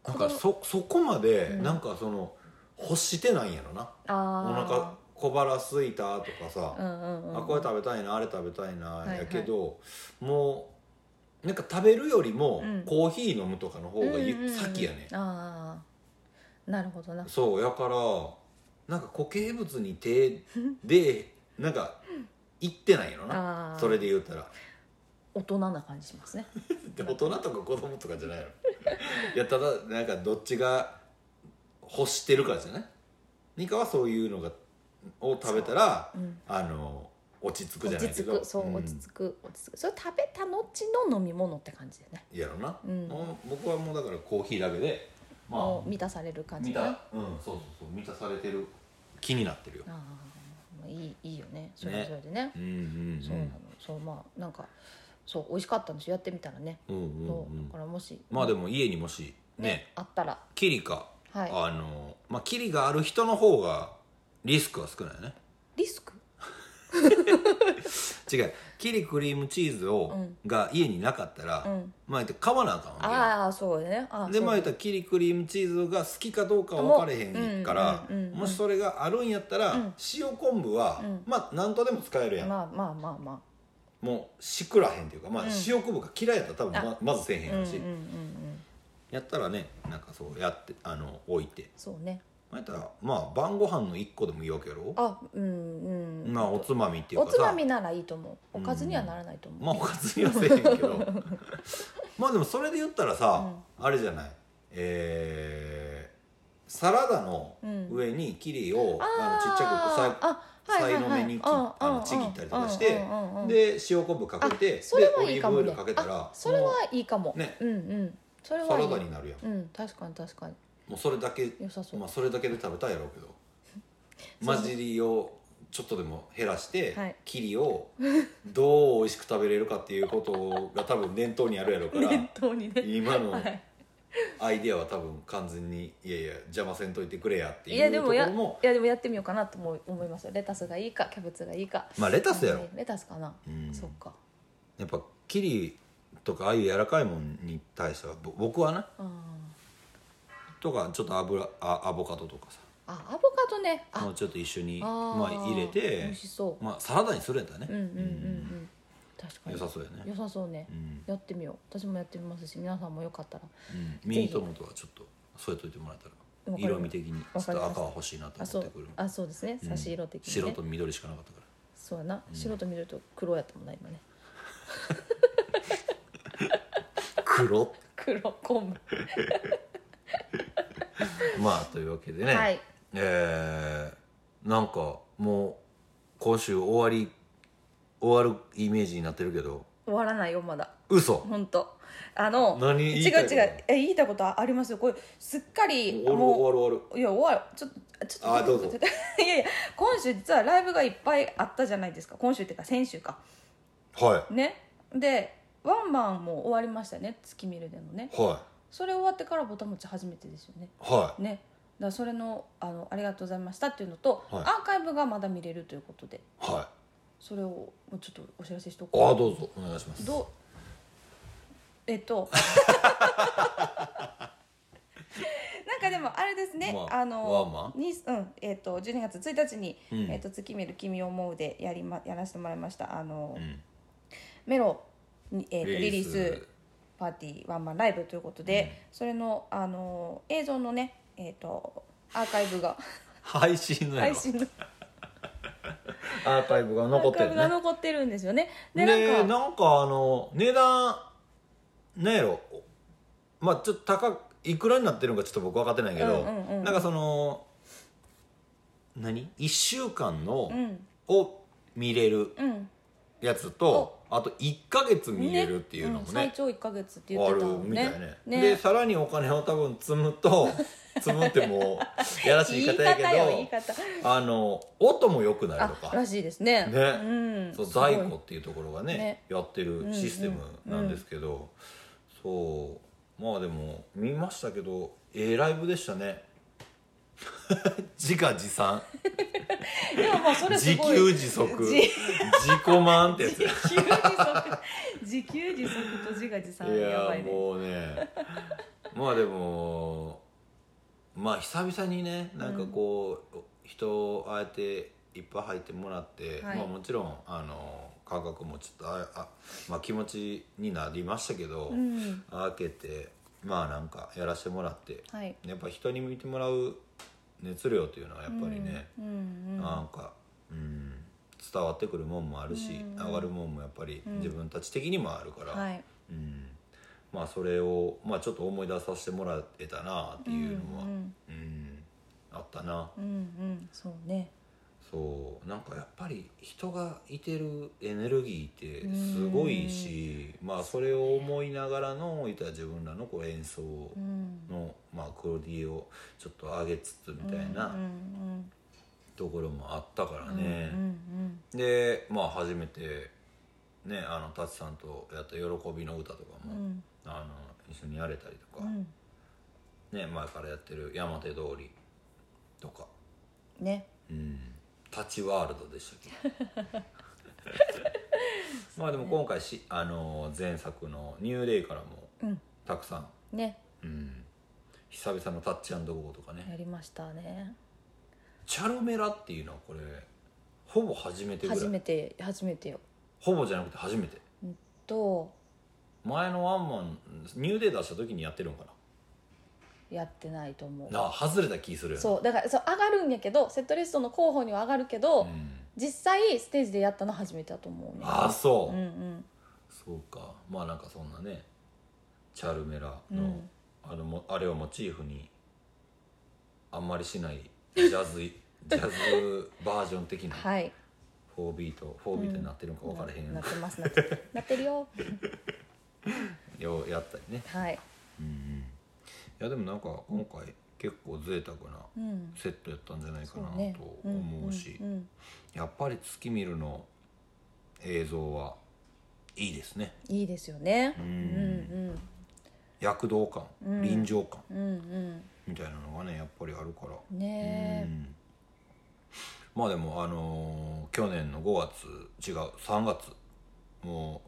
なん子か供そそこまでうんなんかその欲してないんやろな、おあー腹小腹すいたとかさ、うんうんうんあこれ食べたいなあれ食べたいなはいはいやけど、もうなんか食べるよりもうんコーヒー飲むとかの方がゆうんうんうん先やねああなるほどなそうやからなんか固形物に手 でなんか行ってないよあなーそれで言うたら大人な感じしますねで大人とか子供とかじゃないのいやただなんかどっちが欲してるからじゃないニカはそういうのがを食べたら、うんあの落ち着くじ落ゃないちけ着どくそう、ん落ち着く落ち着くそれ食べた後の飲み物って感じだよねやろな、うんもう僕はもうだからコーヒーだけでまもあう満たされる感じ満かたなうんそうそうそう満たされてる気になってるよ、ああいいいいよねそれはねそれでねうんうんそうなのそうまあなんかそう美味しかったんですよやってみたらね、うんうんうんそうだからもしまあでも家にもしねあったらキリか、はいあのまあキリがある人の方がリスクは少ないよねリスク違うキリクリームチーズを、が家になかったら、うんまあ言って買わなあかんわああそうだねあけあよでそうまあ言ったらキリクリームチーズが好きかどうかは分かれへんからうんうんうんうんもしそれがあるんやったら、うん塩昆布は、うんまあ何とでも使えるやん、まあまあまあまもうしくらへんっていうか、まあうん塩昆布が嫌いやったら多分ままずせえへんあうんやろうんうんし、うんやったらねなんかそうやってあの置いてそうねまあやったらまあ晩ご飯の1個でもいいわけやろあうんうんまあおつまみっていうおかつまさみならいいと思うおかずにはならないと思う、まあおかずにはせえへんけど まあでもそれで言ったらさ、あれじゃないえー、サラダの上にキリを、あのちっちゃくこうさいの目にきあのちぎったりとかしてで塩昆布かけてであそれはオいリいーかブオもイルねかけたらあそれはいいかもねうんうんそれもうサはいラいダになるやんうん確かに確かにもうそれだけ良さそう、まあそれだけで食べたいやろうけど そう混じりをちょっとでも減らして、はいキリをどう美味しく食べれるかっていうことが多分念頭にあるやろうから 念頭にね今の はいアイデアは多分完全にいやいや邪魔せんといてくれやっていいやうとでこもやろいもやでもやってみようかなとも思いますよレタスがいいかキャベツがいいかまあレタスやろ、レタスかな、うんそっかやっぱキリとかああいう柔らかいもんに対してはぼ僕はなあーとかちょっと油あアボカドとかさあアボカドねあもうちょっと一緒にあーまあ、入れ美て味しそう、まあサラダにするんやったらうんね、うんうんうん確かに良さそうやね良さそうねうんやってみよう私もやってみますし皆さんもよかったらうんミニトマトはちょっと添えといてもらえたわらかりました色味的にちょっと赤は欲しいなとあそ思っうてくるあそうですねうん差し色的に白ねと緑しかなかったかそうやな白と緑と黒やったもんな今ねら黒っ黒昆布まあというわけでね、はいえーなんかもう今週終わり終わるイメージになってるけど終わらないよまだ嘘本当あの何言いたいこと違う違うえ言いたいことありますよこれすっかり終わる終わる終わるういや終わるちょっとちょっとあどうぞ いやいや今週実はライブがいっぱいあったじゃないですか今週っていうか先週かはねでワンマンも終わりましたね月見るでのねいはそれ終わってからボタン持ち初めてですよねいはねだからそれのあの「ありがとうございました」っていうのと、はいアーカイブがまだ見れるということでいはそれをもうちょっとお知らせしておいああこどううぞお願いしますどうえ っとなんかでもあれですね、まあ、あワンのマにうんえっと12月1日に「うんえっと月見る君を思う」でやり、ま、やらせてもらいましたあの、うんメロに、えっとリリースリリースパーティーワンマンライブということで、それのあの映像のね、えっとアーカイブが配信のやろ配信のアーカイブがア残っーてカイるブがね残ってるんですよね。ででななんんかかあの値段なんやろまあちょっと高くいくらになってるのかちょっと僕分かってないけど、うんうんうんなんかその何1週間のうんを見れるうんやつとあと1か月見れるっていうのもんね最長1か月って言っあてるたもんみたいねねねでさらにお金を多分積むと積むってもうやらしい言い方やけど 言い方よ言い方あの音も良くなるあとからしいですねねうん、そうすごい在庫っていうところがねねやってるシステムなんですけど、そうまあでも見ましたけどええライブでしたね 自画自賛でもまあそれす自ごい給自足自自己満ってやつ自給自足自給自足と自画自賛いややばいねもうね まあでもまあ久々にねなんかこう、人ああえていっぱい入ってもらって、はいまあ、もちろんあの感覚もちょっとああ、まあ、気持ちになりましたけど、うん開けてまあなんかやらせてもらって、はいやっぱ人に見てもらう熱量というのはやっぱりね、うんうんなんか、うん、伝わってくるもんもあるし、うん上がるもんもやっぱり自分たち的にもあるから、はいうん、まあそれを、まあ、ちょっと思い出させてもらえたなっていうのは、ううんんあったなうんうんうんそうねそうなんかやっぱり人がいてるエネルギーってすごいし、まあそれを思いながらのいた自分らのこう演奏うんの、まあ、クオリティをちょっと上げつつみたいうんなうんところもあったからうんね。うんうんでまあ初めてねあの舘さんとやった「喜びの歌」とかうも、んあの一緒にやれたりとうか、んね前からやってる「山手通り」とかね「うん、タチワールド」でしたっけ まあでも今回しあの前作の「ニューデイ」からもうんたくさん、ねうん、久々の「タッチゴー」とかねやりましたね「チャロメラ」っていうのはこれほぼ初めてぐ初らいめて初めてよほぼじゃなくて初めてと前のワンマンニューデー出した時にやってるんかやってないと思うななあ外れた気するそうだからそう上がるんやけどセットリストの候補には上がるけど、うん実際ステージでやったの初めてだと思うねああそうう、んうんそうかまあなんかそんなねチャルメラの,、うんあのもあれをモチーフにあんまりしないジャ ズジャズバージョン的なはい4ビート4ビートになってるのか分からへん、ななってますなってなってるよようやったりねはいうんうんいやでもなんか今回結構贅沢なうんセットやったんじゃないかそなうねと思うし、んんんやっぱり月見るの映像はいいですねいいですよねううんんうん躍動感、うん臨場感うんみたいなのがねやっぱりあるから、うんうねんまあでもあのー去年の5月違う3月も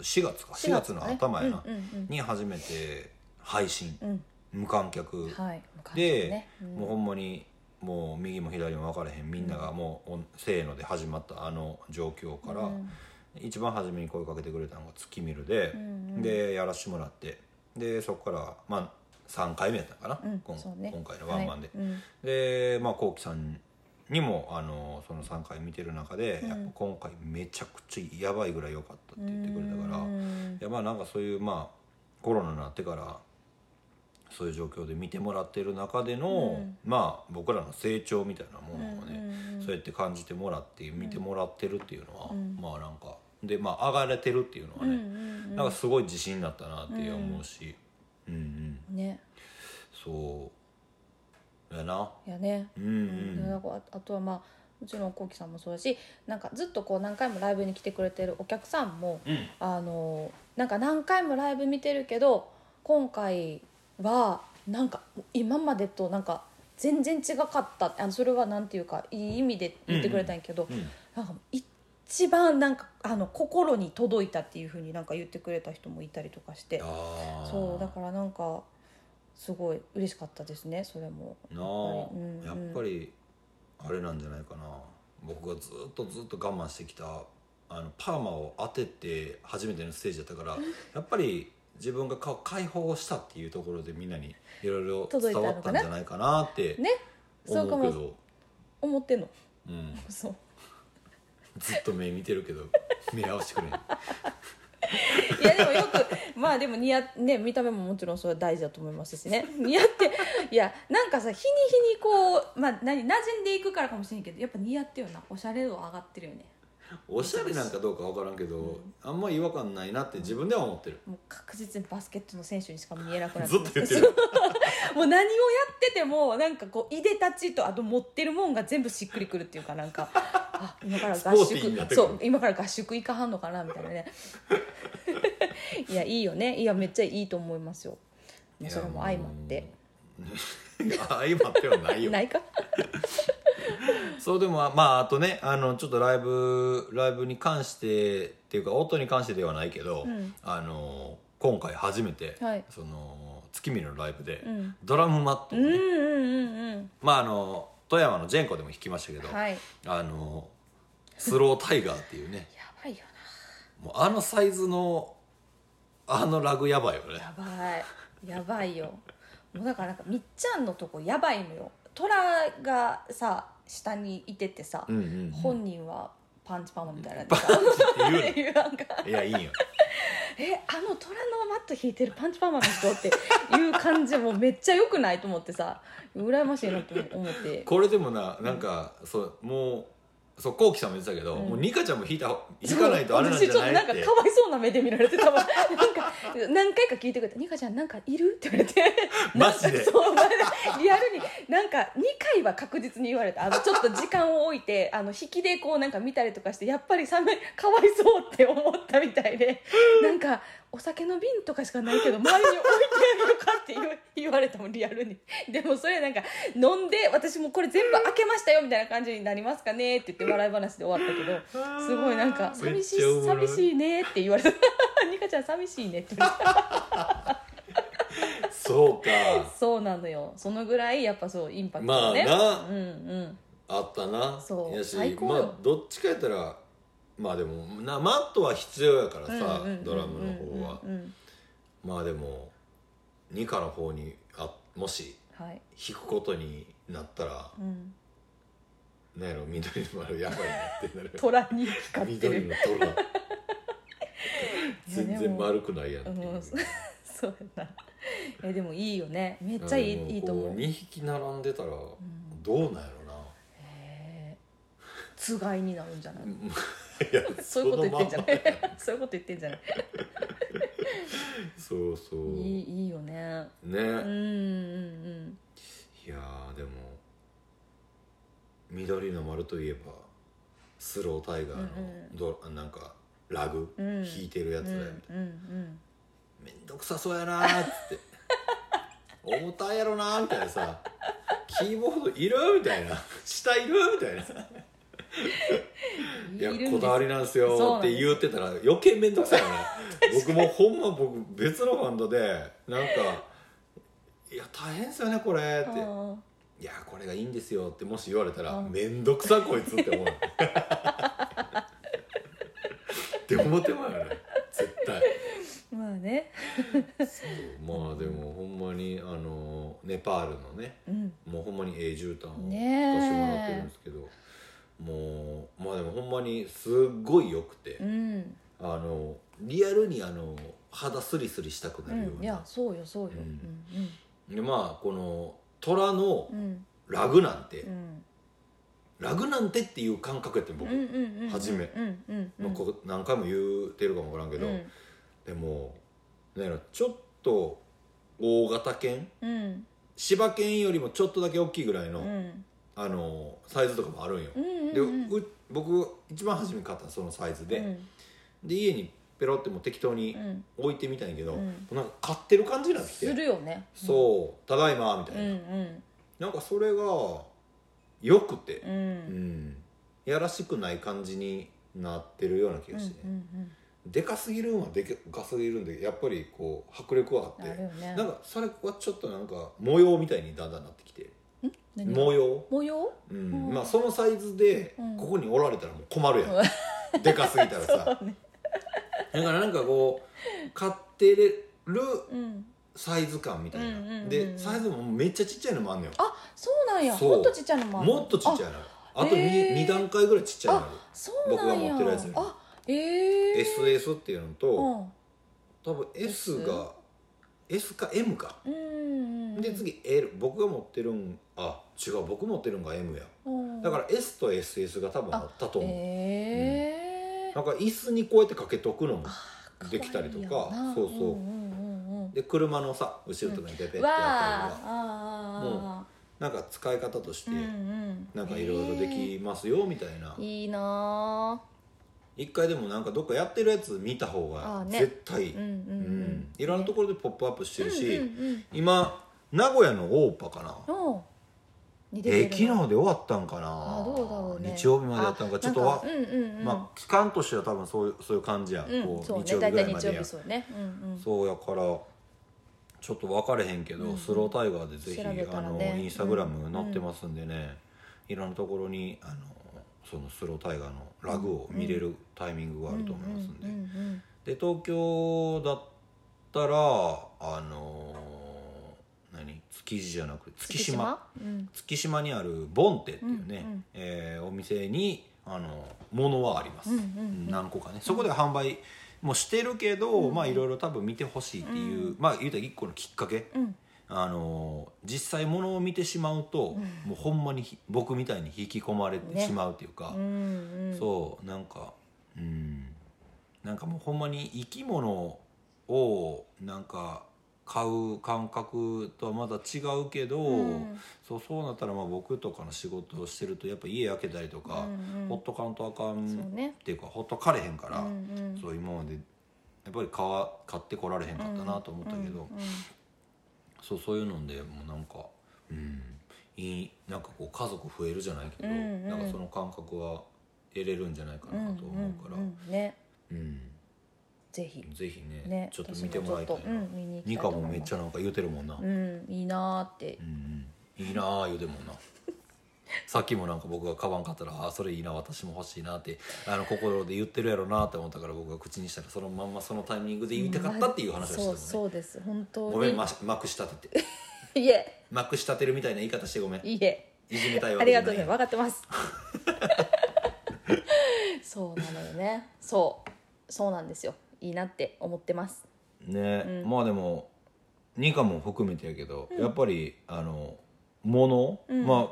う4月か4月の頭やな、うんうんに初めて配信うん、無観客うん、はいで、うんもうほんまにもう右も左も分からへんみんながもう、おん、せーので始まったあの状況から、うん一番初めに声かけてくれたのが月見るで、うんうんでやらしてもらってでそこから、まあ、3回目やったかな、うんこんそうね今回のワンマンで、はいうんで、まあ、こうきさんにもあのその3回見てる中で、うんやっぱ今回めちゃくちゃやばいぐらい良かったって言ってくれたから、ういんやまあなんかそういうまあコロナになってからそういう状況で見てもらってる中での、うんまあ僕らの成長みたいなものをね、うんそうやって感じてもらって見てもらってるっていうのは、うんまあなんかでまあ上がれてるっていうのはうんね、うんなんかすごい自信になったなって思うし、うん、うんうんねそうやなやねうんうんなんかああとはまあもちろんこうきさんもそうだしなんかずっとこう何回もライブに来てくれてるお客さんも、うんあのなんか何回もライブ見てるけど今回はなんか今までとなんか全然違かったあのそれはなんていうかいい意味で言ってくれたんやけど、うんなんか一番なんかあの心に届いたっていうふうになんか言ってくれた人もいたりとかしてあーそうだからなんかすごい嬉しかったですねそれも。なあ、うんやっぱりあれなんじゃないかな僕がずっとずっと我慢してきたあのパーマを当てて初めてのステージだった からやっぱり自分が顔解放したっていうところでみんなにいろいろ伝わったんじゃないかなってね思そうかうけもど、思ってんのうん、そうずっと目見てるけど 目合わせてくれんいやでもよくまあでも似合っね見た目ももちろんそれは大事だと思いますしね似合っていやなんかさ日に日にこうまあ何馴染んでいくからかもしれんけどやっぱ似合ってるよなおしゃれ度上がってるよねおしゃれなんかどうか分からんけど、あんま違和感ないなって自分では思ってる、 もう確実にバスケットの選手にしか見えなくなずっと言ってる もう何をやっててもなんかこういでたちとあと持ってるもんが全部しっくりくるっていうかな んかあ今から合スポーティーになって宿くるそう今から合宿行かはんのかなみた いなねいやいいよねいやめっちゃいいと思いますよもうそれも相まっていや相まってはないよないかそうでもまああとねあのちょっとライブライブに関してっていうか音に関してではないけど、うんあの今回初めて、はいその月見のライブで、うんドラムマットをうんね、うんうんまああの富山のジェンコでも弾きましたけうど、んはいやあのスロータイガーっていうねばいよもうあのサイズのあのラグやばいよねなやばいやばいよもうだからなんかみっちゃんのとこやばいのよトラがさ下にいててさ、うんうん本人はパンチパーマみたいなパンチって言うっていうなんかのいやいいよえあの虎のマット引いてるパンチパーマの人っていう感じもめっちゃ良くないと思ってさ羨ましいなと思ってこれでもななんか、そうもうそうこうきさんも言ってたけど、うんもうニカちゃんも弾いた弾かないとあれなんじ私ちょっゃとなないっんかてかわいそうな目で見られてたわなんか何回か聞いてくれた「ニカちゃんなんかいる?」って言われてマジで そうまあリアルになんか2回は確実に言われたあのちょっと時間を置いてあの引きでこうなんか見たりとかしてやっぱり寒いかわいそうって思ったみた いでなんかお酒の瓶とかしかないけど周りに置いてやるかって言う言われたもんリアルにでもそれなんか飲んで私もこれ全部開けましたよみたいな感じになりますかねって言って笑い話で終わったけどすごいなんかめっ寂しちゃおいもろい寂しいねって言われたニカちゃん寂しいねって言われたそうかそうなのよそのぐらいやっぱそうインパクトまあね、なうんうんあったなそうやし最高まよあどっちかやったらまあでもなマットは必要やからさ、うんうんうんうんドラムの方は、うんうんまあでもニカの方にあもしはい、弾くことになったらうん、何やろ緑の丸やばいなってなる虎に光って緑るの虎全然いやでも丸くないやんっていううんそうやなえでもいいよねめっちゃいい,、いいと思う2匹並んでたらどんうなんやへえつがいになるんじゃないろな、いやそういうこと言ってんじゃないそのまんまそういうこと言ってんじゃないそうそういね、いいいよねうんうんうんいやーでも緑の丸といえばスロータイガーのうんうんドラ、なんかラグうん弾いてるやうつんだうよ、んうんめんどくさそうやなーっつって 重たいやろなーみたいなさキーボードいるみたいな下いるみたいないやこだわりなんですそうよなんっでてす言ってたら余計面倒くさいよね僕もほんま僕別のバンドでなんか「いや大変ですよねこれ」ってあ「いやこれがいいんですよ」ってもし言われたらう「ん面倒くさこいつ」 って思うって思ってまうよね絶対ーまあねまあでもほんまにあのネパールのねうんもうほんまにええ絨毯をね貸しえてもらってるんですけどもうまあでもほんまにすっごい良くて、うんあのリアルにあの肌スリスリしたくうなるよんういやな、そうよそうよううんんでまあこの虎のうんうんラグなんて、うんラグなんてっていう感覚やってんうん僕、うんうんうん初めうんうんうんまあこう何回も言うてるかもわからんけど、うんでもなんやろちょっと大型犬うん柴犬よりもちょっとだけ大きいぐらいの、うんあのサイズとかもあるんよ、うんでうんう僕一番初めに買ったそのサイズで、うんで家にペロってもう適当にうん置いてみたんやけど、うんもうなんか買ってる感じになってきすてるよねそう「ただいま」みたいうんな、うんなんかそれがよくてう、うんんやらしくない感じになってるような気うんうがんして、ねうんでかすぎるんはでかすぎるんでやっぱりこう迫力はあってあるよねなんかそれはちょっとなんか模様みたいにだんだんなってきて何模様、模様うんうんまあそのサイズでうんここにおられたらもう困るやん、でかすぎたらさ、 そうねだからなんかこう買ってれるうんサイズ感みたいな、うんうんうんうんでサイズもめっちゃちっちゃいのもあんのよそうなんやそうもっとちっちゃいのもあるもっとちっちゃいのあと 2, へー二段階ぐらいちっちゃいのあるあそうな僕んやが持ってるやつよりあええ SS っていうのと、うん多分 S が S か M か、うんうんで次 L 僕が持ってるんあ違う僕持ってるんが M やうんだから S と SS が多分あったと思う、えなんか椅子にこうやってかけとくのもできたりと可か愛いよなそうそう、んうんうんうんで車のさ後ろとかにペペってやったりとわかあ、あーあなんか使い方としてー、うんうんなんかいろいろできますよみたいなえーいいな一回でもなんかどっかやってるやつ見た方あーがね絶対うんうんうんうんいろんなところでポップアップしてるうしんうんうん今名古屋のオーパかなーおう似てるえー昨日で終わったんかあどうだろなうね日曜日までやったんかあちょっとわなんかうんうんうんまあ期間としては多分そういうそういう感じやんうんこそうう日曜ね日大ぐら体いま日で曜や日そうねうんうんそうやからちょっと分かれへんけど、スロータイガーでぜひ、調べたあらのねインスタグラム載ってますんでね、いろんなところにあのそのスロータイガーのラグを見れるタイミングがあると思いますんで、うんうんうんで東京だったらあの何築地じゃなくて月島うん月島にあるボンテっていうね、うんうんえーお店にあの物はあります、うんうんうん何個かねそこで販売もしてるけど、まあいろいろ多分見てほしいっていう、まあ言うたら一個のきっかけ、うんあの実際物を見てしまうと、もうほんまにひ僕みたいに引き込まれてねしまうっていうか、うんうんそうなんかうんなんかもうほんまに生き物をなんか買う感覚とはまた違うけど、うんそうそうなったらまあ僕とかの仕事をしてるとやっぱ家開けたりとか、うんうんほっとかんとあかんそうねっていうかほっとかれへんから、うんうんそう今までやっぱり買わ買ってこられへんかったなと思ったけど、うんうんそうそういうのでもうなんかうんいいなんかこう家族増えるじゃないけど、うんうんなんかその感覚は得れるんじゃないかなと思うから、うんんんんねぜひぜひねねちょっと見てもらいたい私もちな、ょっとうん見に行きニたいとカ思いもますめっちゃなんか言うてるもんな、ううんんいいなーってうんいいなあ言うてる もんなさっきもなんか僕がカバン買ったら「あーそれいいな私も欲しいな」ってあの心で言ってるやろなって思ったから僕が口にしたらそのまんまそのタイミングで言いたかったっていう話をしてたもんそうねそうです本当にごめんま幕仕立てていえ幕仕立てるみたいな言い方してごめんいえいじめたいわあけりじゃがなとういね分かっ てますそうなのよねそうそうなんですよいいなって思ってますね、まあでもニカも含めてやけど、やっぱりあの物、ま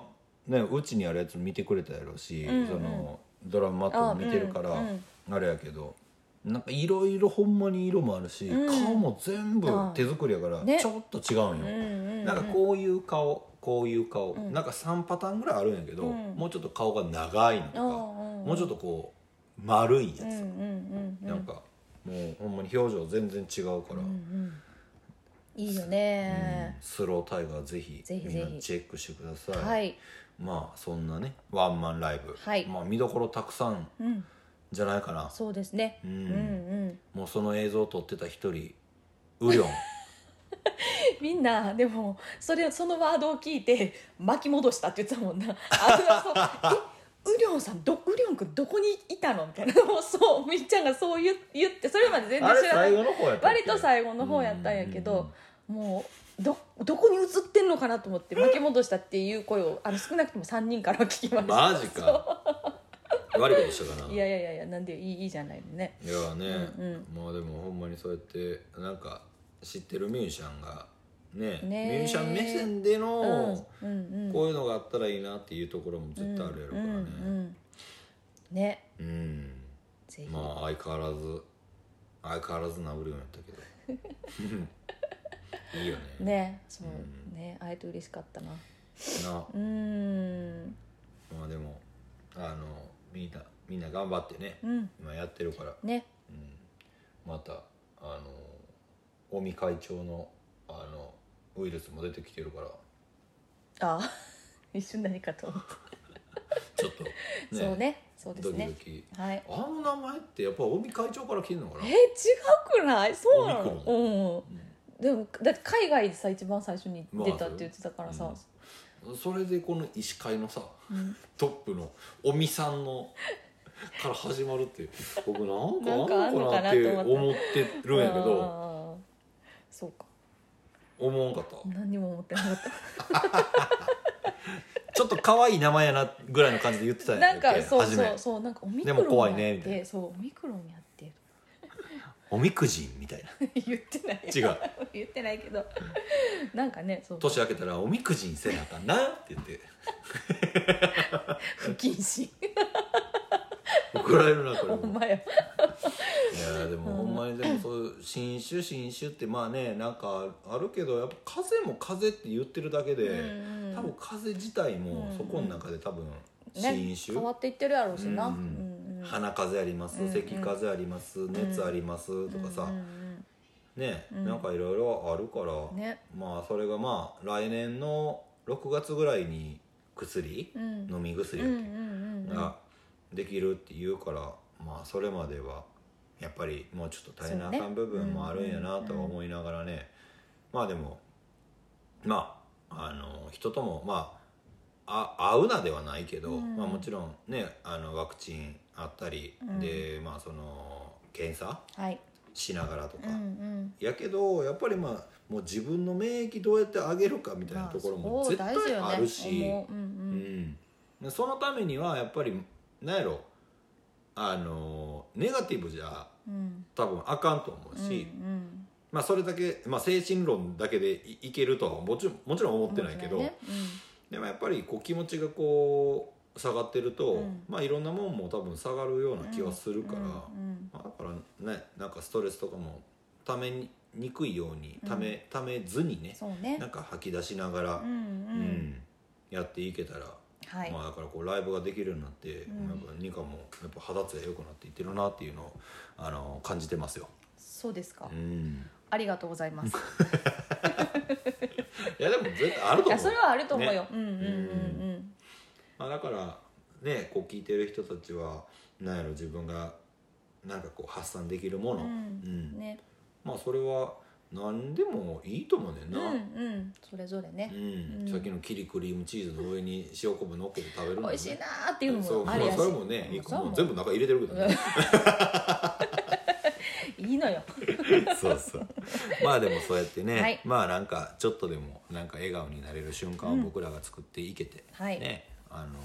あねうちにあるやつ見てくれたやろうし、んうんそのドラマとかも見てるから、あうんあれやけどなんかいろいろほんまに色もあるし、うん顔も全部あ手作りやからねちょっと違うんよ、うんうんなんかこういう顔こういう顔、んなんか3パターンぐらいあるんやけど、うんもうちょっと顔が長いのとか、ももうちょっとこう丸いやつ、うんうんうんうなんんかもうほんまに表情全然違うから。うんうんいいよねスロータイガーぜひぜひみんぜなひチェックしてください、はいまあそんなねワンマンライブ、はいまあ、見どころたくさんうんじゃないかなそうですねううんんうんもうその映像を撮ってた一人ウ リョンみんなでもそれそのワードを聞いて巻き戻したって言ってたも んなあのえウリョンさんどウリョン君どこにいたのみたいなもうそうみっちゃんがそう言言ってそれまで全然あれ知らな最い後の方やったっけ割と最後の方やったんやけうんうんどもうどどこに映ってんのかなと思って巻き戻したっていう声をあの少なくとも3人からは聞きまうんしたマジか悪いことしたかないやいやいやいやなんでいいいいじゃないのねいやね、うんうまあでもほんまにそうやってなんか知ってるミュージシャンがねねミュージシャン目線での、うんうんうんこういうのがあったらいいなっていうところも絶対あるやろうからねうんうんねうんぜひ、まあ相変わらず相変わらず殴るようになったけどいいよね ねそう、ね会えて嬉しかったななうーんまあでもあのみんなみんな頑張ってね、うん今やってるからねまたあの尾身会長のあのウイルスも出てきてるからあ 一瞬何かと思っちょっ と、ねた、そうねそうですドキねドキはいあの名前ってやっぱ尾身会長から来てんのかえな違うくないそうなオミクのうんでもだって海外でさ一番最初に出たって言ってたからさ、まあそれでこの医師会のさ、トップの尾身さんのから始まる って僕なんかあんのかなってなんかあんのかなと思思ってるんやけどあーそうか思わんかった何にも思ってなか っちょっと可愛い名前やなぐらいの感じで言ってたたんやなっんけかそう初そめうそうなんかオミクでロンもや怖いねっみたいてそうオミクロンやって おみくじみたいな言ってない違う 言ってないけどなんかねそう年明けたらおみくじにせなあかんなって言って不謹慎怒られるなこれほんもまやいやでもほんまにでもそういう新種新種ってまあねなんかあるけどやっぱ風も風って言ってるだけで、うんうん多分風自体もそこの中で多分新ね種、変わっていってるやろうしなううんんううん花風あります、うんうん咳風あります熱ありますとかさ、うんね、うんなんかいろいろあるから、うんねまあそれがまあ来年の6月ぐらいに薬、うん飲み薬うやんっうけんうんうんができるっていうからまあそれまではやっぱりもうちょっと大変なあかそうねん部分もあるんやなとは思いながらね、まあでもまああの人ともまああ会うなではないけど、うんまあ、もちろんねあのワクチンあったり、うんでまあその検査はいしながらとか、うんうんやけどやっぱりまあもう自分の免疫どうやって上げるかみたいなところも絶対あるし。まあそう大事よね思ううんうんうん、そのためにはやっぱりなんやろあのネガティブじゃうん多分あかんと思ううんし、うんまあ、それだけ、まあ、精神論だけでいいけるとはもちろんもちろん思ってないけど、思ってないねでもやっぱりこう気持ちがこう下がってると、うんまあ、いろんなもんも多分下がるような気はするから、うんまあ、だからねなんかストレスとかもためににくいようにため,、ためずにうんねそうねなんか吐き出しながら、うんううんんやっていけたらはいまあだからこうライブができるようになって、うんやっぱニカもやっぱ肌つや良くなっていってるなっていうのをあの感じてますよ。そうですかうん、ありがとうございますいやでも絶対あるいと思やうそ。れはあると思うよねうんうんうんまあだからねこう聞いてる人たちはなんやろ自分がなんかこう発散できるもの、ううんんうんねまあそれは何でもいいと思うねんうんな。うんそれぞれねうんうんさっきのキリクリームチーズの上に塩昆布乗っけて食べるの美もね味しいなーっていうそのうもありやしそれもねうん一そ個れももう全部中入れてるけどね。いいのよ そうそうまあでもそうやってね、はいまあなんかちょっとでもなんか笑顔になれる瞬間を僕らが作っていけて、はいねあの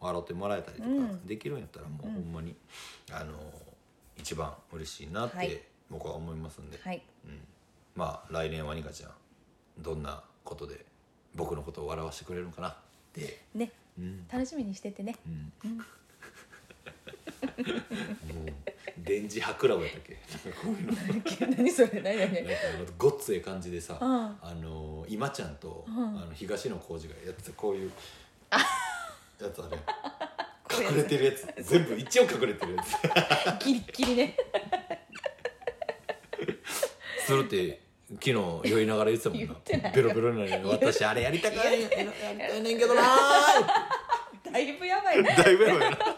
ー笑ってもらえたりとかうんできるんやったらもうほんまに、あのー一番嬉しいなっはいて僕は思いますんで、 はいまあ来年はニカちゃんどんなことで僕のことを笑わせてくれるのかなって、ねうん楽しみにしててね うん、もう電磁波クラブやったっけなんかこういうの何それ何何なんかあのごっつええ感じでさ、うんあの今ちゃんと、あの東野幸治がやってたこういうやつあるやん隠れてるやつ全部一応隠れてるやつギリッギリ ねするって昨日酔いながら言ってたもん言ってなないベロベロになりながら私あれやりたかいやりたいねんけどなだいぶやばいねー大ベロやな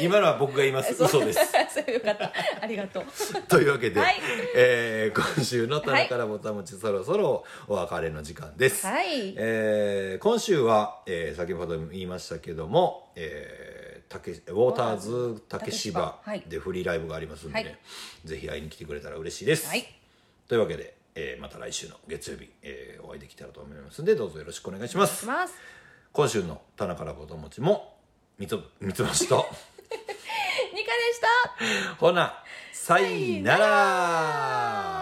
今のは僕が言います嘘です それよかったありがとう というわけで、はいえー今週の「棚からぼたもち」そろそろお別れの時間です、はいえー今週は、えー先ほども言いましたけども、えーたけウォーターズ竹芝はいでフリーライブがありますんでね、はいぜひ会いに来てくれたら嬉しいです、はいというわけで、えーまた来週の月曜日、えーお会いできたらと思いますんでどうぞよろしくお願いしますします今週の「田中らぼともち」も三つ三つ星とニカでしたほなさいなら